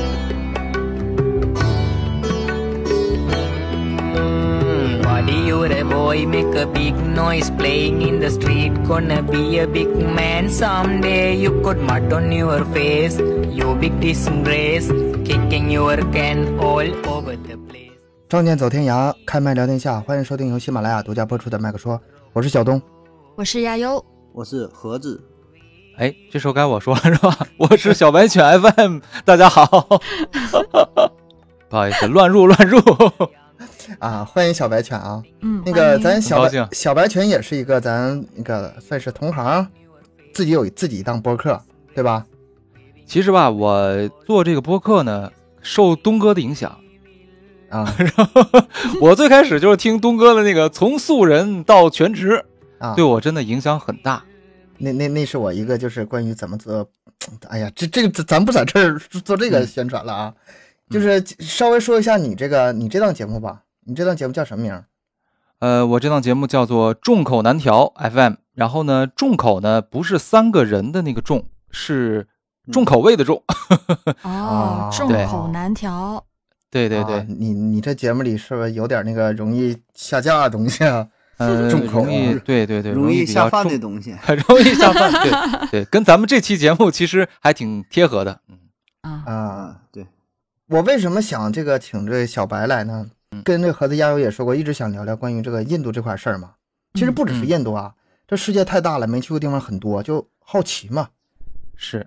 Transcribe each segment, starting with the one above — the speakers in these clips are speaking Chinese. Hmm. boy make a big noise playing in the street. Gonna be a big man someday. You got mud on your face, you big disgrace. Kicking your can all over the place. 仗剑走天涯，开麦聊天下，欢迎收听由喜马拉雅独家播出的《麦克说》，我是小东。我是亚优，我是盒子，哎，这时候该我说了是吧？ 我是小白犬 FM，大家好。不好意思，乱入乱入。啊，欢迎小白犬啊！嗯，那个欢迎咱小很白高兴小白犬也是一个咱那个算是同行，自己有自己一档播客，对吧？其实吧，我做这个播客呢，受东哥的影响。 啊我最开始就是听东哥的那个《从素人到全职》，啊， 对我真的影响很大。那那那是我一个就是关于怎么做，哎呀，这这个咱咱不在这儿做这嗯个宣传了啊，就是稍微说一下你这个你这档节目吧，你这档节目叫什么名儿？呃，我这档节目叫做《众口难调 FM》，然后呢，众口呢不是三个人的那个众，是重口味的重。啊哦，众对口难调， 对对啊对，你你这节目里是不是有点那个容易下架的东西啊？呃，重口容易，对对对，容易比下较饭重的东西。很容易下饭。对对，跟咱们这期节目其实还挺贴合的。嗯，啊，啊，啊，对，我为什么想这个请这小白来呢？跟这盒子鸭油也说过，一直想聊聊关于这个印度这块事儿嘛。其实不只是印度啊，这世界太大了，没去过地方很多，就好奇嘛，是，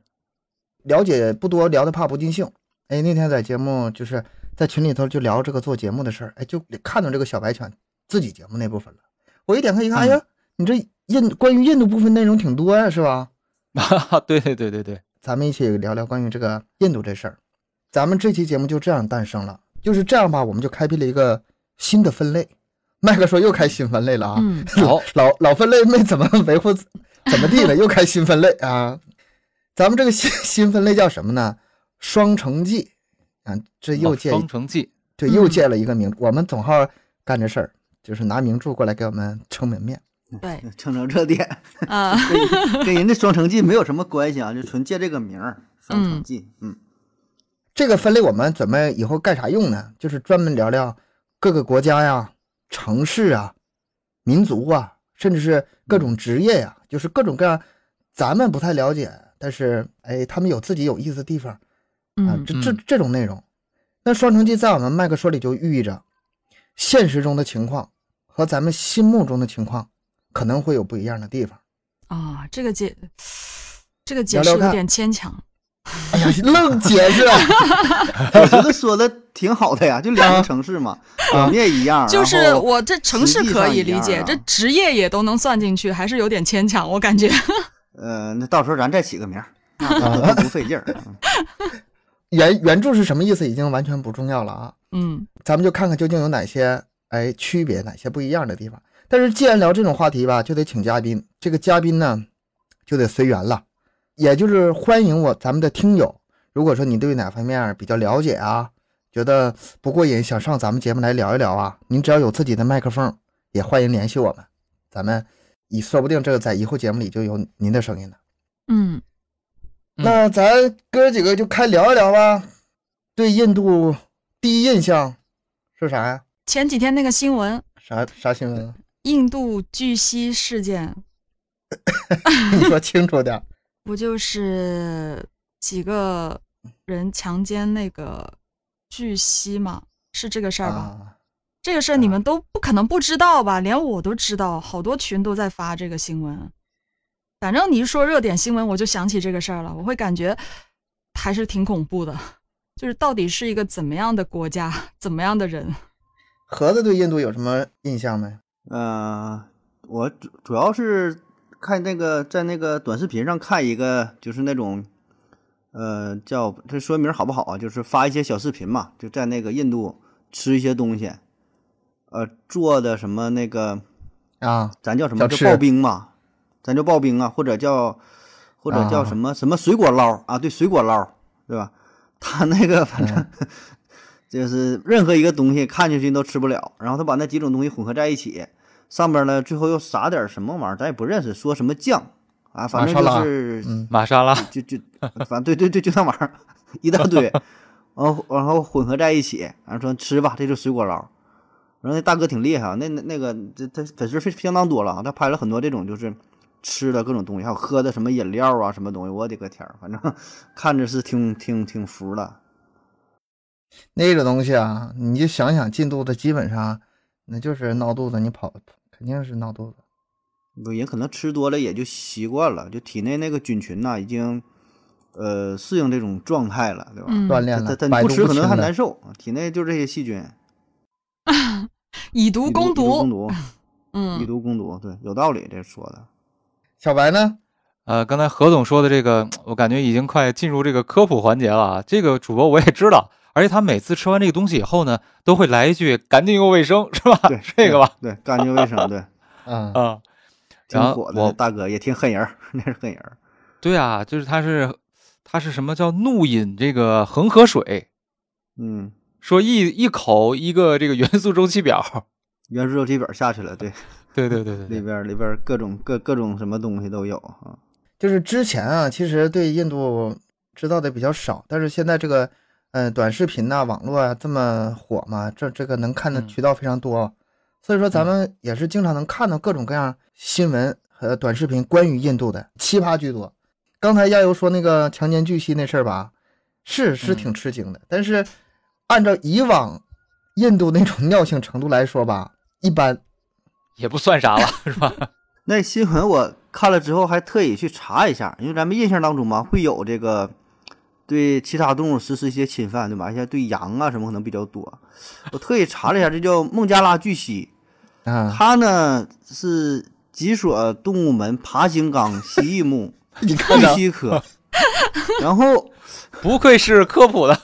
了解不多，聊的怕不尽兴。哎，那天在节目就是在群里头就聊这个做节目的事儿，哎，就看到这个小白犬自己节目那部分了。我一点开一看，哎呀，你这印关于印度部分内容挺多呀、是吧？ 对对对对对，咱们一起聊聊关于这个印度这事儿。咱们这期节目就这样诞生了，就是这样吧，我们就开辟了一个新的分类。麦克说又开新分类了啊，嗯，好，老老分类没怎么维护，怎么地了，又开新分类啊。咱们这个新新分类叫什么呢？双城记啊，这又哦借、双城记，对又嗯借了一个名，我们总好干这事儿，就是拿名著过来给我们撑门面。对撑成这点，啊， 跟跟人家《双城记》没有什么关系啊，就纯借这个名儿，《双城记》。嗯，这个分类我们准备以后干啥用呢？就是专门聊聊各个国家呀、城市啊、民族啊，甚至是各种职业呀，就是各种各样咱们不太了解，但是哎，他们有自己有意思的地方啊嗯，，这这嗯这种内容。那双城记在我们麦克说里就寓意着现实中的情况和咱们心目中的情况可能会有不一样的地方。啊，这个解，这个解聊释聊看有点牵强，哎呀，愣解释啊！我觉得说的挺好的呀，就两个城市嘛，表面一样，嗯就是啊然后我这城市可以理解，实际上一样啊这职业也都能算进去，还是有点牵强，我感觉，呃，那到时候咱再起个 名儿，那不费劲儿。嗯 原原著是什么意思已经完全不重要了啊。嗯咱们就看看究竟有哪些哎区别，哪些不一样的地方。但是既然聊这种话题吧，就得请嘉宾。这个嘉宾呢，就得随缘了，也就是欢迎我咱们的听友。如果说你对哪方面比较了解啊，觉得不过瘾，想上咱们节目来聊一聊啊，您只要有自己的麦克风，也欢迎联系我们。咱们以说不定这个在以后节目里就有您的声音了。嗯，嗯那咱哥几个就开聊一聊吧。对印度第一印象是啥呀？前几天那个新闻，啥啥新闻啊？ 印度巨蜥事件，你说清楚点儿。不就是几个人强奸那个巨蜥吗？是这个事儿吧？啊，这个事儿你们都不可能不知道吧？连我都知道，好多群都在发这个新闻。反正你一说热点新闻，我就想起这个事儿了，我会感觉还是挺恐怖的。就是到底是一个怎么样的国家，怎么样的人？盒子对印度有什么印象没？呃，我主主要是看那个在那个短视频上看一个，就是那种，呃，叫这说明好不好啊？就是发一些小视频嘛，就在那个印度吃一些东西，呃，做的什么那个，啊，咱叫什小么？吃叫刨冰嘛，咱叫刨冰啊，或者叫或者叫什么、什么水果捞啊？对，水果捞，对吧？ 他那个反正、 就是任何一个东西看进去你都吃不了，然后他把那几种东西混合在一起，上边呢最后又撒点什么玩意儿，咱也不认识，说什么酱啊，反正玛莎拉就是、嗯玛莎拉，就就反正对对对，就那玩意儿一大堆，然后然后混合在一起，然后说吃吧，这就是水果捞。然后那大哥挺厉害啊，那那那个这他粉丝非相当多了啊，他拍了很多这种就是吃的各种东西，还有喝的什么饮料啊，什么东西，我的个天儿，反正 看着是挺挺挺服了。那个东西啊，你就想想进肚子，基本上那就是闹肚子，你跑肯定是闹肚子。不，人可能吃多了也就习惯了，就体内那个菌群呐、已经呃适应这种状态了，对吧？嗯锻炼他了，他百不毒吃不可能侵还了难受，体内就这些细菌，以毒以毒攻以毒，毒 攻，毒，以嗯，毒攻毒，对，有道理这说的。 小白呢？啊呃，刚才何总说的这个，我感觉已经快进入这个科普环节了啊。这个主播我也知道，而且他每次吃完这个东西以后呢，都会来一句“干净又卫生”，是吧？对，这个吧，对，对，干净卫生， 对，呃啊、啊、挺然后火的，我那大哥也挺狠人儿， 那是狠人儿。对啊，就是他是他是什么叫怒饮这个恒河水，嗯，说一一口一个这个元素周期表。元素周期表下去了， 对，对对对里对对，边儿里边儿各种各各种什么东西都有啊。就是之前啊，其实对印度知道的比较少，但是现在这个，呃，短视频呐、网络啊这么火嘛，这这个能看的嗯渠道非常多，啊所以说咱们也是经常能看到各种各样新闻和短视频关于印度的奇葩居多。刚才亚游说那个强奸巨蜥那事儿吧，是是挺吃惊的，但是按照以往印度那种 尿性程度来说吧，一般。也不算啥了，是吧？那新闻我看了之后，还特意去查一下，因为咱们印象当中嘛，会有这个对其他动物实施一些侵犯，对吧？一些对羊啊什么可能比较多。我特意查了一下，这叫孟加拉巨蜥，啊，它呢是脊索动物门爬行纲蜥蜴 目你看巨着蜥科。然后 不愧是科普的，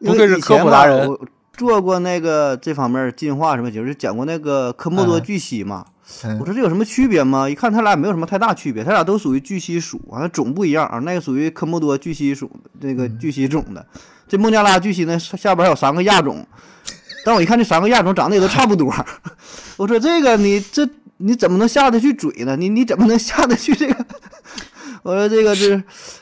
因不愧为是以科前普达吧人我做过那个这方面进化什么节目，就讲过那个科莫多嗯巨蜥嘛。嗯我说这有什么区别吗？一看它俩没有什么太大区别，它俩都属于巨蜥属啊，种不一样啊，那个属于科莫多巨蜥属那个巨蜥种的，这孟加拉巨蜥呢下下边还有三个亚种，但我一看这三个亚种长得也都差不多， 我说这个你这你怎么能下得去嘴呢？你你怎么能下得去这个？我说这个 这，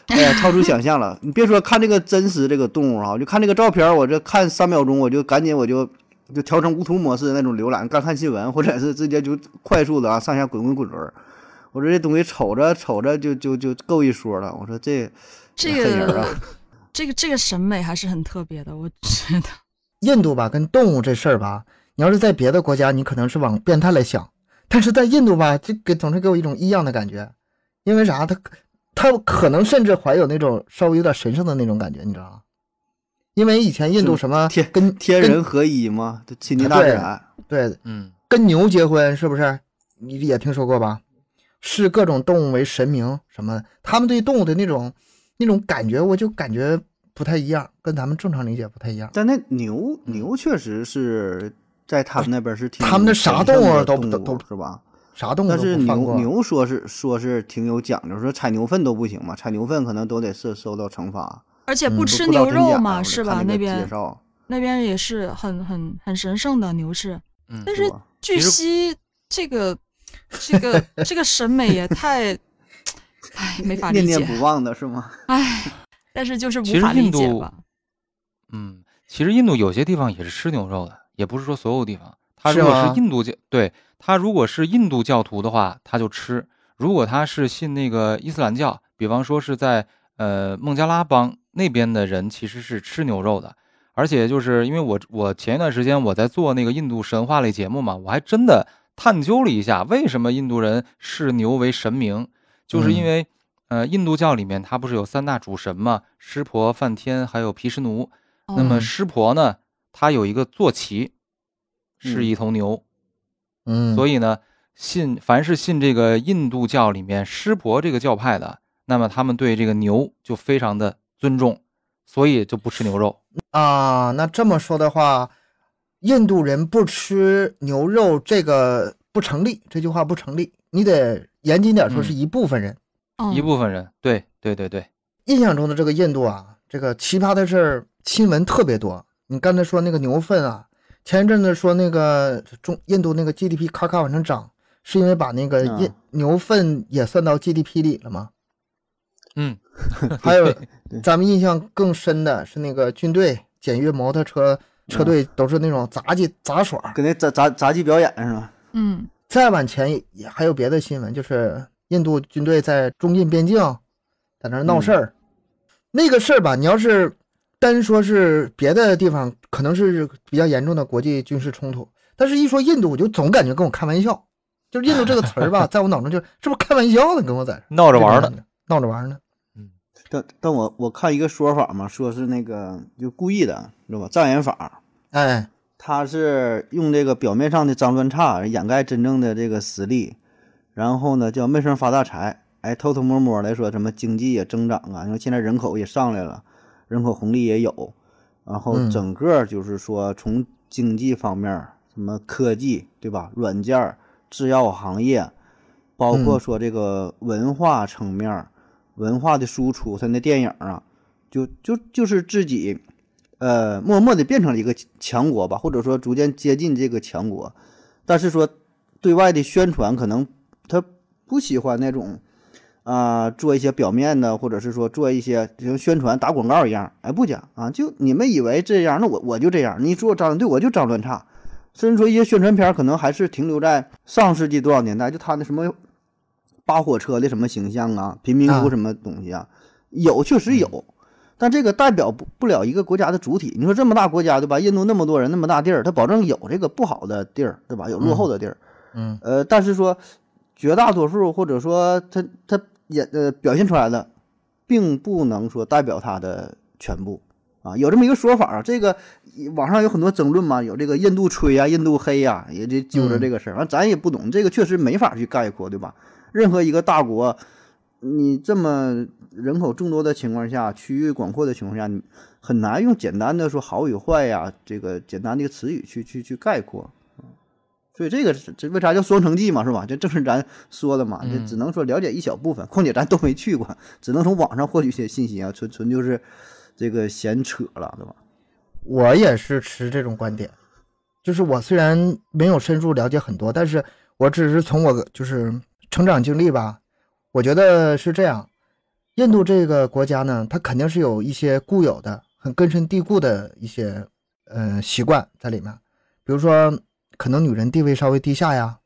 哎呀，超出想象了。你别说看这个真实这个动物啊，就看这个照片，我这看三秒钟，我就赶紧我就就调成无图模式那种浏览，刚看新闻，或者是直接就快速的啊上下滚滚滚轮儿。我说这东西瞅着瞅着就就就够一说了。我说这这黑人儿 啊个，这个这个审美还是很特别的，我觉得。印度吧，跟动物这事儿吧，你要是在别的国家，你可能是往变态来想，但是在印度吧，这给总是给我一种异样的感觉，因为啥？他他可能甚至怀有那种稍微有点神圣的那种感觉，你知道吗？因为以前印度什么天跟天跟人合一嘛，就亲近大自对然。对嗯，跟牛结婚是不是？你也听说过吧？视各种动物为神明什么的，他们对动物的那种那种感觉，我就感觉不太一样，跟咱们正常理解不太一样。但那牛牛确实是在他们那边是挺他们那啥神圣动物的都动都物都是吧？啥嗯动物但都是不放牛过。牛说是说是挺有讲究，说踩牛粪都不行嘛，踩牛粪可能都得受受到惩罚。而且嗯不吃不知道牛真肉假嘛，我是吧？看那那个介边绍，那边也是很很很神圣的牛是，嗯但是是吧巨其实蜥这个这个这个审美也太，唉，没法理念念解，不忘的是吗？ 唉，但是就是其实无法理印解度吧。嗯，其实印度有些地方也是吃牛肉的，也不是说所有地方。他是如果吗是印度教，对他如果是印度教徒的话，他就吃；如果他是信那个伊斯兰教，比方说是在呃孟加拉邦那边的人，其实是吃牛肉的。而且就是因为我我前一段时间我在做那个印度神话类节目嘛，我还真的探究了一下为什么印度人视牛为神明，就是因嗯为、呃印度教里面它不是有三大主神嘛，湿婆、梵天还有毗湿奴。那哦么嗯湿婆呢，他有一个坐骑，嗯是一头牛，嗯，所以呢，信凡是信这个印度教里面湿婆这个教派的，那么他们对这个牛就非常的尊重，所以就不吃牛肉。啊，那这么说的话，印度人不吃牛肉这个不成立，这句话不成立。你得严谨点说，是嗯一部分人、嗯一部分人，对对对对，印象中的这个印度啊，这个奇葩的事儿新闻特别多。你刚才说那个牛粪啊，前一阵子说那个中印度那个 GDP 咔咔往上涨，是因为把那个啊印、牛粪也算到 GDP 里了吗？嗯，还有咱们印象更深的是那个军队检阅摩托车车队都是那种杂技杂耍。跟那杂杂杂技表演是吧？嗯再往前也还有别的新闻，就是印度军队在中印边境在那儿嗯闹事儿，那个事儿吧，你要是单说是别的地方，可能是比较严重的国际军事冲突，但是一说印度，我就总感觉跟我开玩笑，就是印度这个词儿 吧，在我脑中就是是不是开玩笑呢？跟我在这儿闹着玩儿这的种感觉，闹着玩儿呢。但但我我看一个说法嘛，说是那个就故意的，你知道吧？障眼法，哎，他是用这个表面上的脏乱差掩盖真正的这个实力，然后呢叫闷声发大财，哎，偷偷摸摸来说什么经济也增长啊，因为现在人口也上来了，人口红利也有，然后嗯整个就是说从经济方面儿，什么科技对吧，软件儿、制药行业，包括嗯说这个文化层面儿，文化的输出，他那电影儿啊，就就就是自己，呃，默默的变成了一个强国吧，或者说逐渐接近这个强国，但是说对外的宣传可能他不喜欢那种。啊、做一些表面的，或者是说做一些就像宣传、打广告一样，哎，不讲啊，就你们以为这样，那我我就这样，你说我脏乱对，我就脏乱差，甚至说一些宣传片儿可能还是停留在上世纪多少年代，就他那什么扒火车的什么形象啊，贫民窟啊嗯什么东西啊，有确实有，但这个代表不不了一个国家的主体。你说这么大国家对吧？印度那么多人，那么大地儿，它保证有这个不好的地儿对吧？有落后的地儿，嗯呃，但是说绝大多数或者说它它也呃表现出来的，并不能说代表它的全部。啊，有这么一个说法啊，这个网上有很多争论嘛，有这个印度吹呀、印度黑呀、也这揪着这个事儿。完、咱也不懂，这个确实没法去概括，对吧？任何一个大国，你这么人口众多的情况下，区域广阔的情况下，你很难用简单的说好与坏呀，这个简单的一个词语去去去概括。所以这个是这为啥叫双城记嘛，是吧？这正是咱说的嘛，这只能说了解一小部分，况且咱都没去过，只能从网上获取一些信息啊，纯纯就是这个闲扯了，对吧？我也是持这种观点，就是我虽然没有深入了解很多，但是我只是从我就是成长经历吧，我觉得是这样。印度这个国家呢，它肯定是有一些固有的、很根深蒂固的一些呃习惯在里面，比如说可能女人地位稍微低下呀，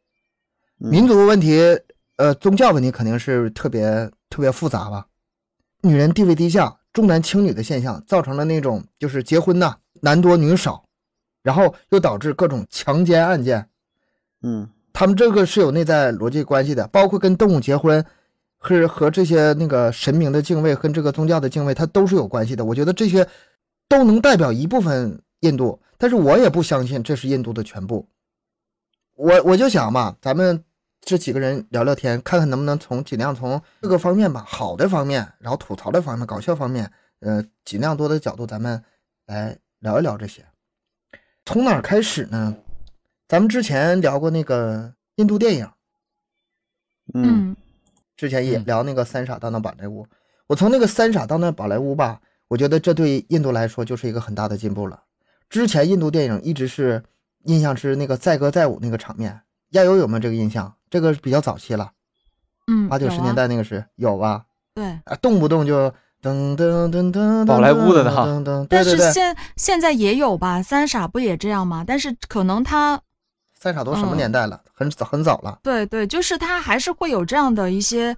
嗯民族问题，呃，宗教问题肯定是特别特别复杂吧。女人地位低下、重男轻女的现象，造成了那种就是结婚呐、男多女少，然后又导致各种强奸案件。嗯他们这个是有内在逻辑关系的，包括跟动物结婚，是和这些那个神明的敬畏跟这个宗教的敬畏，它都是有关系的。我觉得这些都能代表一部分印度，但是我也不相信这是印度的全部。我我就想嘛，咱们这几个人聊聊天，看看能不能从尽量从各个方面吧，好的方面，然后吐槽的方面、搞笑方面，呃，尽量多的角度，咱们来聊一聊这些。从哪儿开始呢？咱们之前聊过那个印度电影，嗯嗯之前也嗯聊那个《三傻当当宝莱坞》，我从那个《三傻当当宝莱坞》吧，我觉得这对印度来说就是一个很大的进步了。之前印度电影一直是印象是那个载歌载舞那个场面，亚友有没有这个印象？这个比较早期了，嗯，八九有十啊年代那个是有吧？对。啊，动不动就噔噔噔噔，宝莱坞的呢哈噔噔，对对但是对，现现在也有吧，三傻不也这样吗？但是可能他三傻都什么年代了？很早很早了。对对，就是他还是会有这样的一些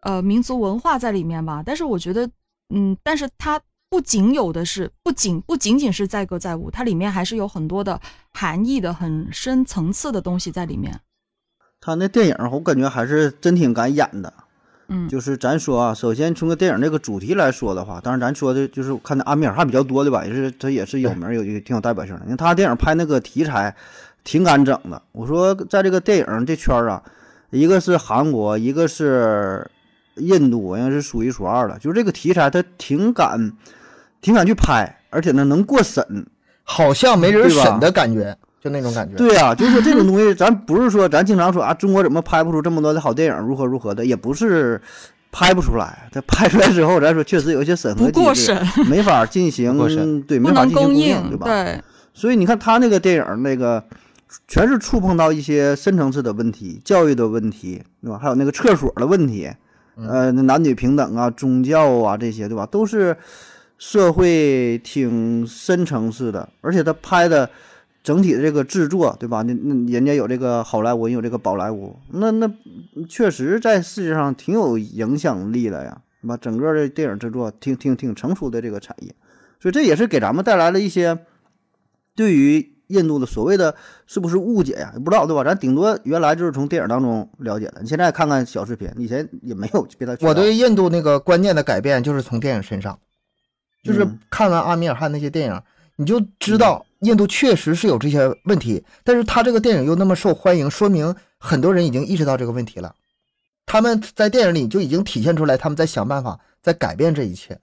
呃民族文化在里面吧。但是我觉得，嗯，但是它不仅有的是不仅不仅仅是载歌载舞，它里面还是有很多的含义的、很深层次的东西在里面。他那电影儿我感觉还是真挺敢演的。嗯，就是咱说啊，首先从个电影这个主题来说的话，当然咱说的就是我看的阿米尔汗比较多的吧，也是他也是有名儿有有挺有代表性的。你看他电影拍那个题材挺敢整的。我说在这个电影这圈儿啊，一个是韩国，一个是印度，应该是数一数二的。就是这个题材他挺敢，挺敢去拍，而且呢能过审，好像没人对吧审的感觉，就那种感觉。，对啊，就是说这种东西，咱不是说咱经常说啊，中国怎么拍不出这么多的好电影，如何如何的，也不是拍不出来。它拍出来之后，咱说确实有一些审核不机制，过审，没法进行不过审对，不没法能进行供应，对吧？对，所以你看他那个电影那个，全是触碰到一些深层次的问题，教育的问题，对吧？还有那个嗯厕所的问题，呃，男女平等啊，宗教啊这些，对吧？都是社会挺深层次的，而且他拍的整体的这个制作，对吧？那那人家有这个好莱坞，有这个宝莱坞，那那确实在世界上挺有影响力的呀，对吧？整个的电影制作挺挺挺成熟的这个产业，所以这也是给咱们带来了一些对于印度的所谓的是不是误解呀？也不知道，对吧？咱顶多原来就是从电影当中了解的，你现在看看小视频，以前也没有别的渠道。我对印度那个观念的改变就是从电影身上，就是嗯看完阿米尔汗那些电影，你就知道印度确实是有这些问题，但是他这个电影又那么受欢迎，说明很多人已经意识到这个问题了。他们在电影里就已经体现出来，他们在想办法在改变这一切。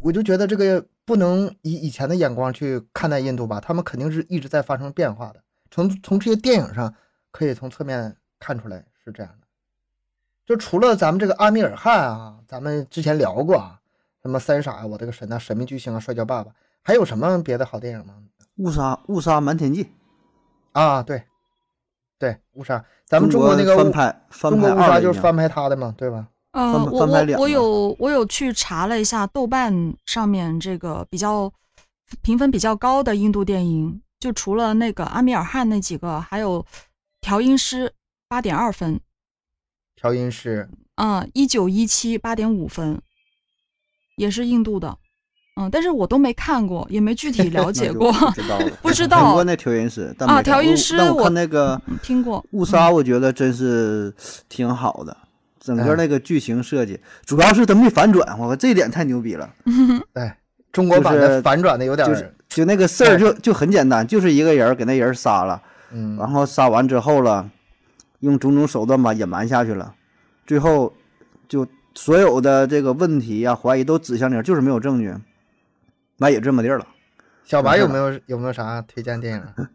我就觉得这个不能以以前的眼光去看待印度吧，他们肯定是一直在发生变化的。从从这些电影上，可以从侧面看出来是这样的。就除了咱们这个阿米尔汗啊，咱们之前聊过啊，什么三傻啊，我这个神呐、神秘巨星啊，摔跤爸爸，还有什么别的好电影吗？误杀误杀瞒天记，啊，对，对，误杀，咱们中国国那个翻误拍翻中拍国误二杀了就是已经翻拍他的嘛，对吧？呃，翻我翻拍我两我个有我有去查了一下豆瓣上面这个比较评分比较高的印度电影，就除了那个阿米尔汗那几个，还有《调音师》八点二分，调音师，嗯，《一九一七》八点五分，也是印度的，嗯，但是我都没看过，也没具体了解 那就过，，不知道了 不知道韩国那调音师但啊没看调音师我但我我嗯看那个听过误杀，我觉得真是挺好的，整个嗯那个剧情设计，主要是他没反转，我这一点太牛逼了。哎，中国版就的是反转的有点儿，哎就是就那个事儿就就很简单，就是一个人给那人杀了，嗯，然后杀完之后了，用种种手段吧隐瞒下去了，最后就所有的这个问题呀、怀疑都指向你，就是没有证据，那也这么地儿了。小白有没有有没有啥推荐电影？啊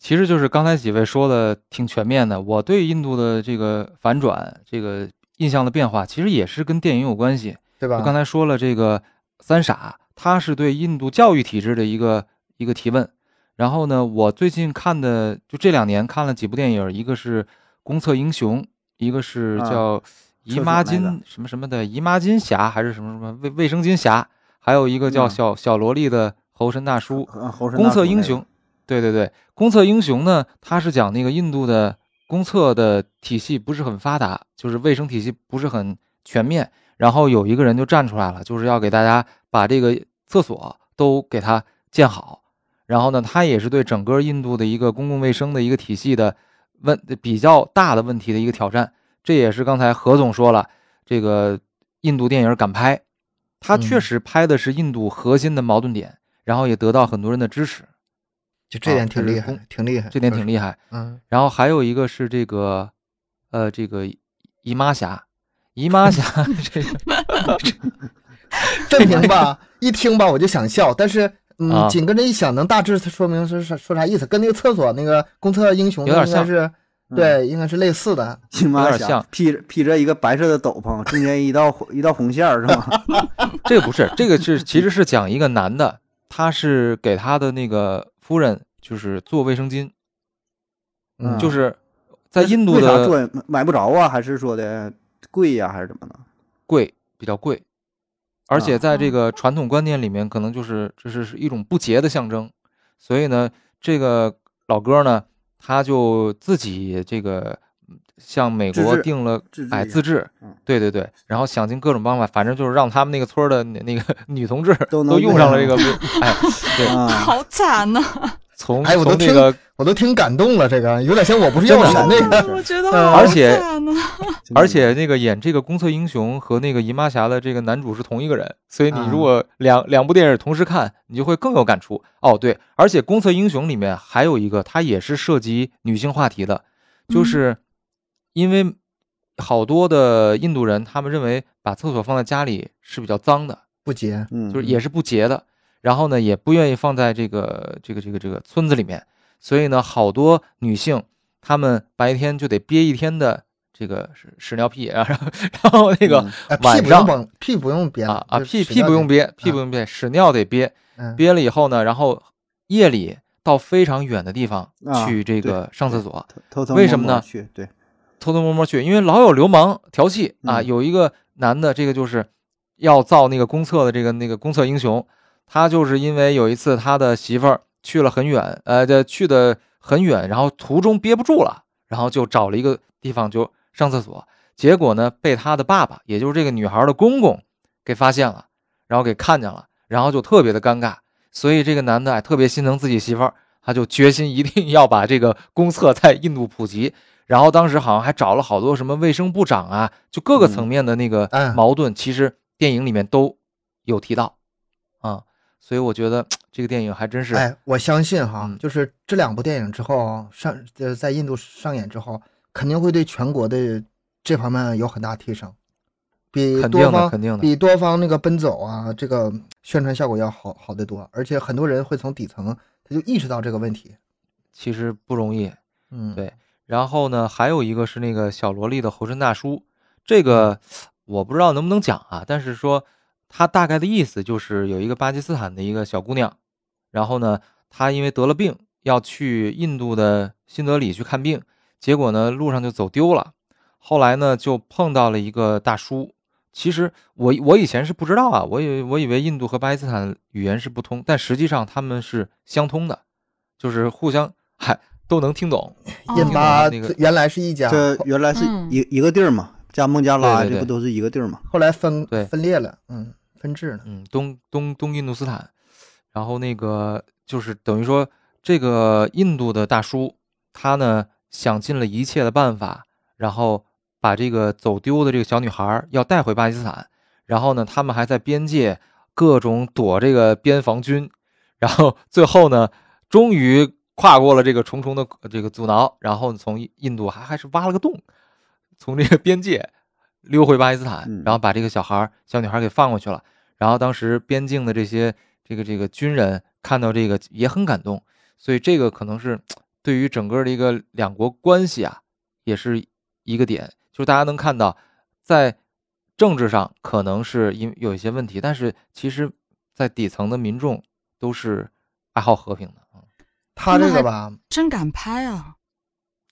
其实就是刚才几位说的挺全面的。我对印度的这个反转、这个印象的变化，其实也是跟电影有关系。对就刚吧？才说了，这个三傻，他是对印度教育体制的一个一个提问。然后呢，我最近看的就这两年看了几部电影，一个是《公厕英雄》，一个是啊叫《姨厕所妈那巾个》什么什么的《姨妈巾侠》，还是什么什么卫卫生巾侠，还有一个叫嗯小、小萝莉的猴神 大叔。啊猴神公大厕叔那英个 雄，对对对，公厕英雄呢，它是讲那个印度的公厕的体系不是很发达，就是卫生体系不是很全面。然后有一个人就站出来了，就是要给大家把这个厕所都给它建好。然后呢，他也是对整个印度的一个公共卫生的一个体系的问比较大的问题的一个挑战。这也是刚才何总说了，这个印度电影敢拍，他确嗯实拍的是印度核心的矛盾点，然后也得到很多人的支持，就这点啊挺这是厉害公的，挺厉害，这点挺厉厉害。嗯，然后还有一个是这个，呃，这个姨妈侠，姨妈侠 这个正评 吧，一听吧我就想笑，但是。嗯，啊紧跟着一想，能大致说明是是说啥意思，跟那个厕所那个公厕英雄有点应该像是，嗯对，应该是类似的。金有马点侠像披着披着一个白色的斗篷，中间一道红一道红线儿是吗？ 这个不是，这个是其实是讲一个男的，他是给他的那个夫人就是做卫生巾，嗯，就是是 在印度为啥的做买不着啊？还是说的贵呀、还是怎么的？贵比较贵，而且啊在这个传统观念里面，可能就是这是是一种不洁的象征，所以呢，这个老哥呢，他就自己这个嗯向美自国制定了自制哎一自下治嗯，对对对，然后想尽各种办法，反正就是让他们那个村儿的那那个女同志都能都用用上了上这个，哎，对，啊， 好惨呐、从哎我都从这听个我都挺感动了，这个有点像我不是真药的神那个。 我觉 得呃嗯好而且惨呐、真的 而且那个演这个公厕英雄和那个姨妈侠的这个男主是同一个人，所以你如果两、两部电影同时看，你就会更有感触。哦，对，而且公厕英雄里面还有一个，它也是涉及女性话题的，就是因为好多的印度人他们认为把厕所放在家里是比较脏的，不结，嗯，就是也是不洁的，然后呢也不愿意放在这个这个这个这个村子里面，所以呢好多女性她们白天就得憋一天的这个屎屎尿屁啊，然 后然后那个嗯哎，屁晚不用上绷，屁不用憋啊啊就屁屎屁尿不用憋，憋，屁不用憋，屎尿得憋，嗯，憋了以后呢，然后夜里到非常远的地方啊去这对个上厕所，偷偷偷为什么摸摸呢去对，偷偷摸摸去，因为老有流氓调戏啊。嗯有一个男的，这个就是要造那个公厕的这个那个公厕英雄，他就是因为有一次他的媳妇儿去了很远，呃，这去的很远，然后途中憋不住了，然后就找了一个地方就上厕所，结果呢被他的爸爸，也就是这个女孩的公公给发现了，然后给看见了，然后就特别的尴尬，所以这个男的哎特别心疼自己媳妇儿，他就决心一定要把这个公厕在印度普及。然后当时好像还找了好多什么卫生部长啊，就各个层面的那个嗯矛盾，其实电影里面都有提到啊，所以我觉得这个电影还真是，哎，我相信哈，嗯就是这两部电影之后上呃在印度上演之后，肯定会对全国的这方面有很大提升，比肯定多的方肯定的比多方那个奔走啊这个宣传效果要好好得多，而且很多人会从底层他就意识到这个问题。其实不容易。嗯，对然后呢，还有一个是那个小萝莉的猴神大叔，这个我不知道能不能讲啊，但是说他大概的意思就是有一个巴基斯坦的一个小姑娘，然后呢，她因为得了病，要去印度的新德里去看病，结果呢路上就走丢了，后来呢就碰到了一个大叔。其实我我以前是不知道啊，我以为我以为印度和巴基斯坦语言是不通，但实际上他们是相通的，就是互相嗨都能听懂。哦印巴那个最原来是一家，这原来是嗯一一个地儿嘛，加孟加拉对对对这不都是一个地儿嘛？后来分对分裂了，嗯，分治了。嗯，东东东印度斯坦，然后那个就是等于说，这个印度的大叔，他呢想尽了一切的办法，然后把这个走丢的这个小女孩儿要带回巴基斯坦，然后呢，他们还在边界各种躲这个边防军，然后最后呢，终于跨过了这个重重的呃这个阻挠，然后从印印度还还是挖了个洞，从这个边界溜回巴基斯坦嗯，然后把这个小孩儿小女孩儿给放过去了。然后当时边境的这些这个这个军人看到这个也很感动，所以这个可能是对于整个的一个两国关系啊，也是一个点，就是大家能看到，在政治上可能是因有一些问题，但是其实，在底层的民众都是爱好和平的，嗯他这个吧，真敢拍啊！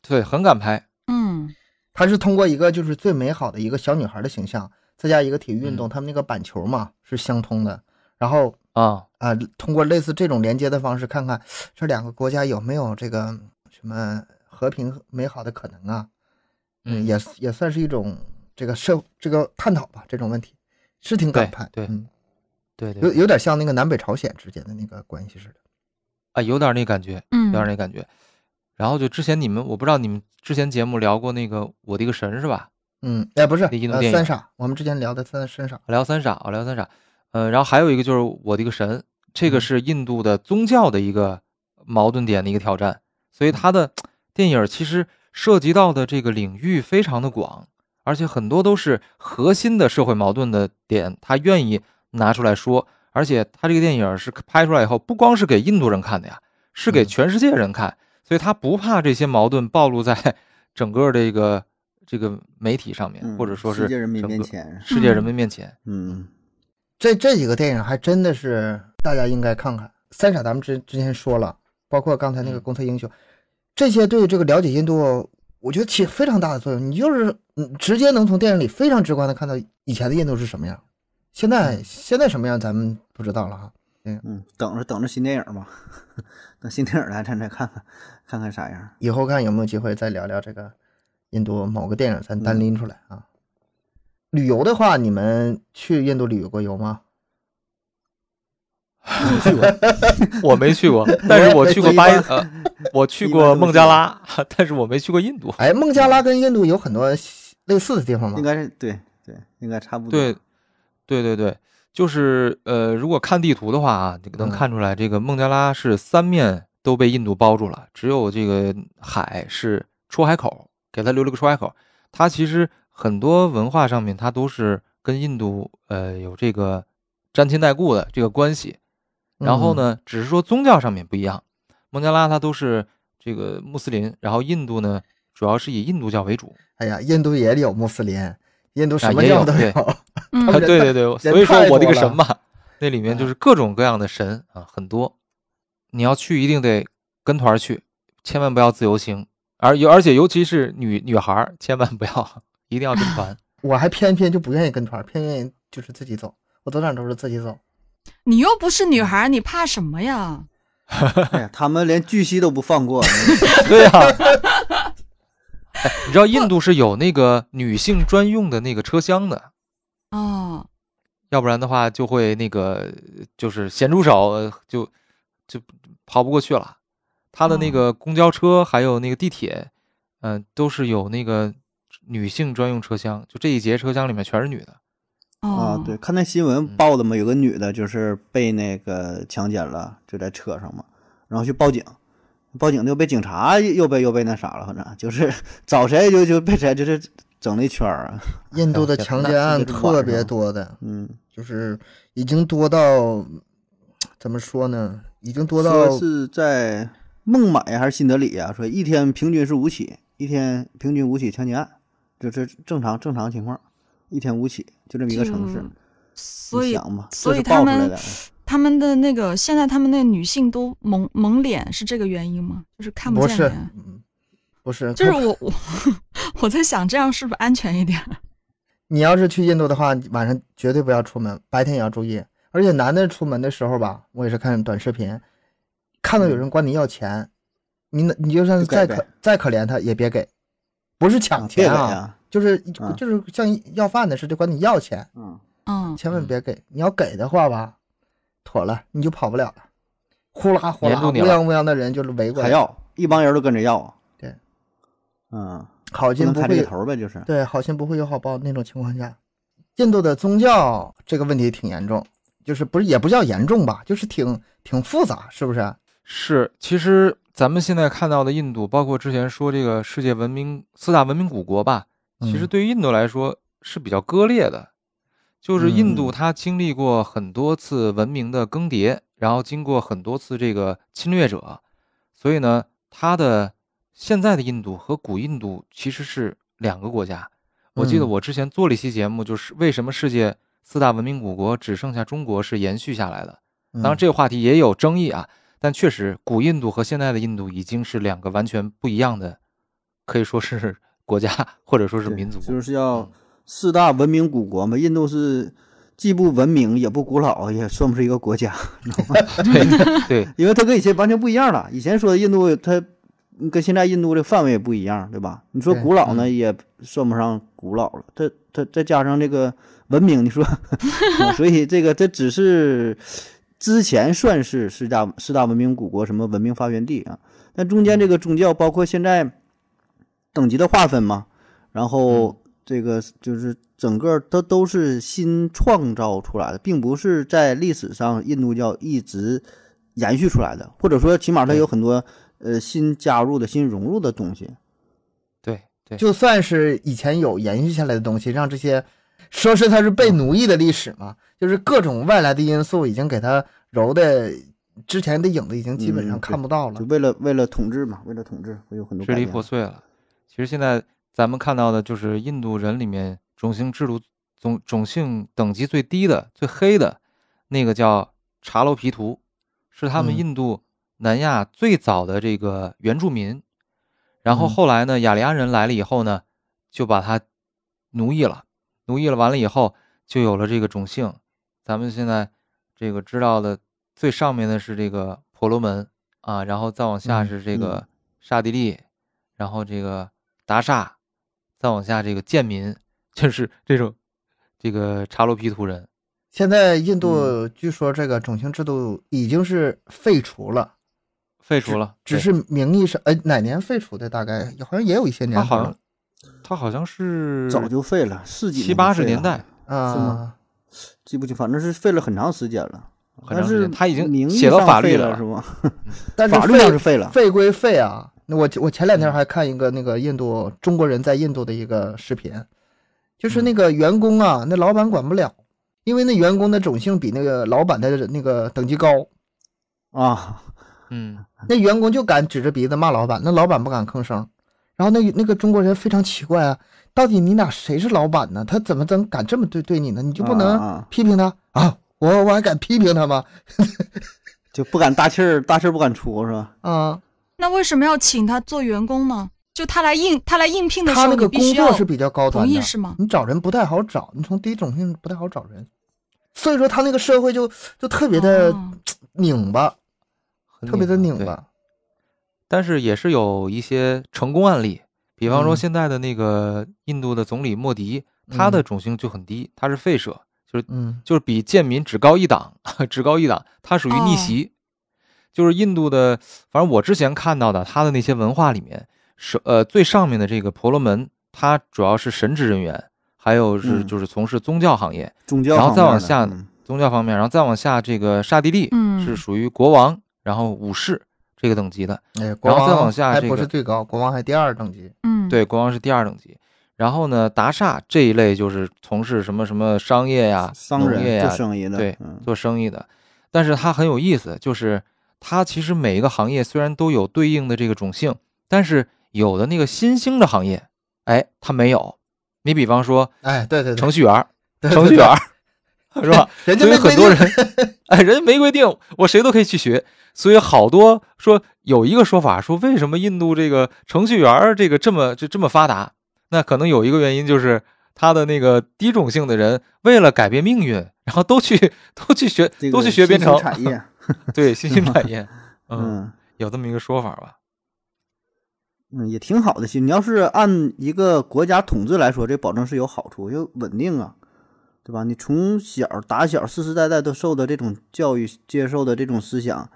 对，很敢拍，嗯他是通过一个就是最美好的一个小女孩的形象，再加一个体育运动，嗯他们那个板球嘛是相通的，然后啊、啊、通过类似这种连接的方式，看看这两个国家有没有这个嗯什么和平美好的可能啊？嗯，也也算是一种这个社这个探讨吧，这种问题是挺感对慨，对嗯，对对，有对有点像那个南北朝鲜之间的那个关系似的。啊，有点那感觉，有点嗯，那感觉。然后就之前你们，我不知道你们之前节目聊过那个《我的一个神》是吧？嗯，哎，不是，印度呃，电影三傻，我们之前聊的三三傻，聊三傻，聊三傻，嗯、然后还有一个就是我的一个神，嗯这个是印度的宗教的一个矛盾点的一个挑战，所以他的电影其实涉及到的这个领域非常的广，而且很多都是核心的社会矛盾的点，他愿意拿出来说，而且他这个电影是拍出来以后，不光是给印度人看的呀，是给嗯全世界人看，所以他不怕这些矛盾暴露在整个这个这个媒体上面，嗯或者说是世界人民整个面前，世界人嗯民面前。嗯，这这几个电影还真的是大家应该看看。三傻咱们之之前说了，包括刚才那个嗯公测英雄，这些对这个了解印度，我觉得起非常大的作用。你就是嗯直接能从电影里非常直观的看到以前的印度是什么样，现在现在什么样咱们不知道了哈。嗯，等着等着新电影吧， 等新电影来咱再看看看看啥样。以后看有没有机会再聊聊这个印度某个电影，咱单拎出来啊。旅游的话，你们去印度旅游过游吗？我没去过，但是我去过巴我也没伊，呃，我去过孟加拉， 但是我没去过印度。哎，孟加拉跟印度有很多类似的地方吗应？该是对对，应该差不多。对，对对对，就是呃，如果看地图的话啊，这个能嗯看出来，这个孟加拉是三面都被印度包住了，只有这个海是出海口，给它留了个出海口。它其实很多文化上面，它都是跟印度呃有这个沾亲带故的这个关系。然后呢，只是说宗教上面不一样，孟加拉它都是这个穆斯林，然后印度呢主要是以印度教为主。哎呀，印度也有穆斯林，印度什么啊也教有都对有。 嗯啊，对对对，所以说我这个神嘛，那里面就是各种各样的神啊，很多。你要去一定得跟团去，千万不要自由行，而而且尤其是女女孩儿，千万不要，一定要跟团。我还偏偏就不愿意跟团，偏愿意就是自己走，我走哪儿都是自己走。你又不是女孩，你怕什么呀？哎呀，他们连巨蜥都不放 过，对呀、哎 你知道印度是有那个女性专用的那个车厢的，哦，要不然的话就会那个就是咸猪手呃就就跑不过去了。他的那个公交车还有那个地铁，嗯、都是有那个女性专用车厢，就这一节车厢里面全是女的。啊，哦，对，，看那新闻报的嘛，有个女的就是被那个强奸了，就在车上嘛，然后去报警，报警的又被警察又被又被那啥了，反正就是 找谁就就被谁就是整了一圈儿啊，印度的天强哪奸案这个晚特别上多的，嗯，就是已经多到怎么说呢？已经多到说是在孟买还是新德里啊，说一天平均是五起，一天平均五起强奸案，这这正常正常情况，一天五起，就这么一个城市就，嗯所你以想吧，这所以是他爆出来们的。他们的那个现在他们那女性都蒙蒙脸，是这个原因吗？就是看不见是脸。，嗯不是，就是他我我 我在想，这样是不是安全一点？你要是去印度的话，晚上绝对不要出门，白天也要注意。而且男的出门的时候吧，我也是看短视频，看到有人管你要钱，你哪你就算嗯就给再呗可再可怜他也别给，不是抢钱别给啊，啊，就是啊就是像要饭的似的管你要钱，嗯，嗯，千万别给。你要给的话吧，妥了，你就跑不了了。呼啦呼啦，黏住乌你了泱乌泱的人就是围过还来，要一帮人都跟着要啊，对，嗯，好不心能不开这会个头儿呗，就是，对，好心不会有好报那种情况下，印度的宗教这个问题挺严重，就是不是也不叫严重吧，就是挺挺复杂，是啊不是？是，其实咱们现在看到的印度，包括之前说这个世界文明四大文明古国吧，其实嗯对于印度来说是比较割裂的。就是印嗯度它经历过很多次文明的更迭，然后经过很多次这个侵略者，所以呢，它的现在的印度和古印度其实是两个国家。我记得嗯我之前做了一期节目，就是为什么世界四大文明古国只剩下中国是延续下来的。嗯嗯当然，这个话题也有争议啊，但确实，古印度和现在的印度已经是两个完全不一样的，可以说是国家或者说是对民族。就是要四大文明古国嘛，印度是既不文明也不古老，也算不是一个国家，对 对，因为它跟以前完全不一样了。以前说印度它跟现在印度的范围也不一样，对吧？你说对古老呢，也算不上古老了。它它再加上这个文明，你说，啊所以这个这只是之前算是四大四大文明古国什么文明发源地啊，但中间这个宗教包括现在等级的划分嘛，然后这个就是整个它都是新创造出来的，并不是在历史上印度教一直延续出来的，或者说起码它有很多呃新加入的、新融入的东西。对对，就算是以前有延续下来的东西，让这些说是它是被奴役的历史嘛，就是各种外来的因素已经给它揉的之前的影子已经基本上嗯看不到了就。为了为了统治嘛，为了统治会有很多支改离变。破啊碎了。其实现在咱们看到的就是印度人里面种姓制度种种姓等级最低的、最黑的那个叫查罗皮图，是他们嗯印度南亚最早的这个原住民。然后嗯后来呢，雅利安人来了以后呢，就把他奴役了，奴役了完了以后，就有了这个种姓。咱们现在这个知道的最上面的是这个婆罗门啊，然后再往下嗯是这个刹帝利，然后这个达刹，再往下这个贱民， 就是这种这个查罗皮图人。现在印度嗯据说这个种姓制度已经是废除了，废除了，只对是名义上，哎，哪年废除的？大概好像也有一些年他头啊好了像，他好像是早就废了，四几七八十年就废了代，啊，是吗记不清，反正是废了很长时间了。很但长时是间，他已经名义写到上法律废了了是吗？但是法律上废是废了废归废啊。那我我前两天还看一个那个印度中国人在印度的一个视频，就是那个员工啊，那老板管不了，因为那员工的种姓比那个老板的那个等级高，啊，嗯，那员工就敢指着鼻子骂老板，那老板不敢吭声。然后那那个中国人非常奇怪啊，到底你俩谁是老板呢？他怎么能敢这么对对你呢？你就不啊啊能啊批评他啊？我我还敢批评他吗？就不敢大气儿，大气儿不敢出是吧？啊，那为什么要请他做员工呢？就他来应他来应聘的时他候，那个你必工须作要是比较高端同的意，是吗？你找人不太好找，你从低种姓不太好找人，所以说他那个社会就就特别的哦拧巴，很特别的拧对巴。但是也是有一些成功案例，比方说嗯现在的那个印度的总理莫迪，他的种姓就很低，他是吠舍，就是嗯，就是比贱民只高一档， 只高一档，他属于哦逆袭。就是印度的，反正我之前看到的，他的那些文化里面，是呃最上面的这个婆罗门，他主要是神职人员，还有是嗯就是从事宗教行业，宗教然后再方面往的下嗯宗教方面，然后再往下这个刹帝利，嗯是属于国王，然后武士这个等级的，哎，国然后再王往下还这不个是最高，国王还第二等级。嗯，对，国王是第二等级。然后呢，达萨这一类就是从事什么什么商业呀、商农业人呀做、生意的，对嗯，做生意的。但是它很有意思，就是它其实每一个行业虽然都有对应的这个种姓，但是有的那个新兴的行业，哎，它没有。你比方说哎，对对对，程序员儿，对程序员儿是吧？ 人家所以没很多人，哎，人家没规定，我谁都可以去学。所以好多说有一个说法，说为什么印度这个程序员儿这个这么这这么发达？那可能有一个原因就是他的那个低种姓的人，为了改变命运，然后都去都去学这，个都去学编新兴程，产业， 对新兴 产业，嗯，嗯有这么一个说法吧？嗯，也挺好的。其实你要是按一个国家统治来说，这保证是有好处，又稳定啊，对吧？你从小打小世世代代都受的这种教育，接受的这种思想，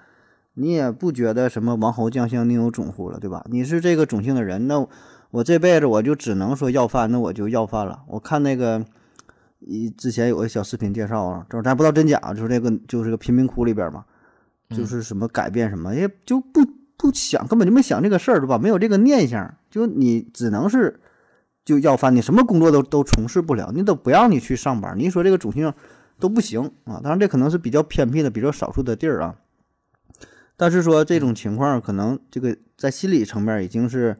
你也不觉得什么王侯将相宁有种乎了，对吧？你是这个种姓的人，那我这辈子我就只能说要饭，那我就要饭了。我看那个。一之前有个小视频介绍啊，就是咱不知道真假，就是这个就是个贫民窟里边嘛，就嗯是什么改变什么，也就不不想，根本就没想这个事儿，对吧？没有这个念想，就你只能是就要饭，你什么工作都都从事不了，你都不让你去上班。你一说这个种姓都不行啊，当然这可能是比较偏僻的、比较少数的地儿啊。但是说这种情况，可能这个在心理层面已经是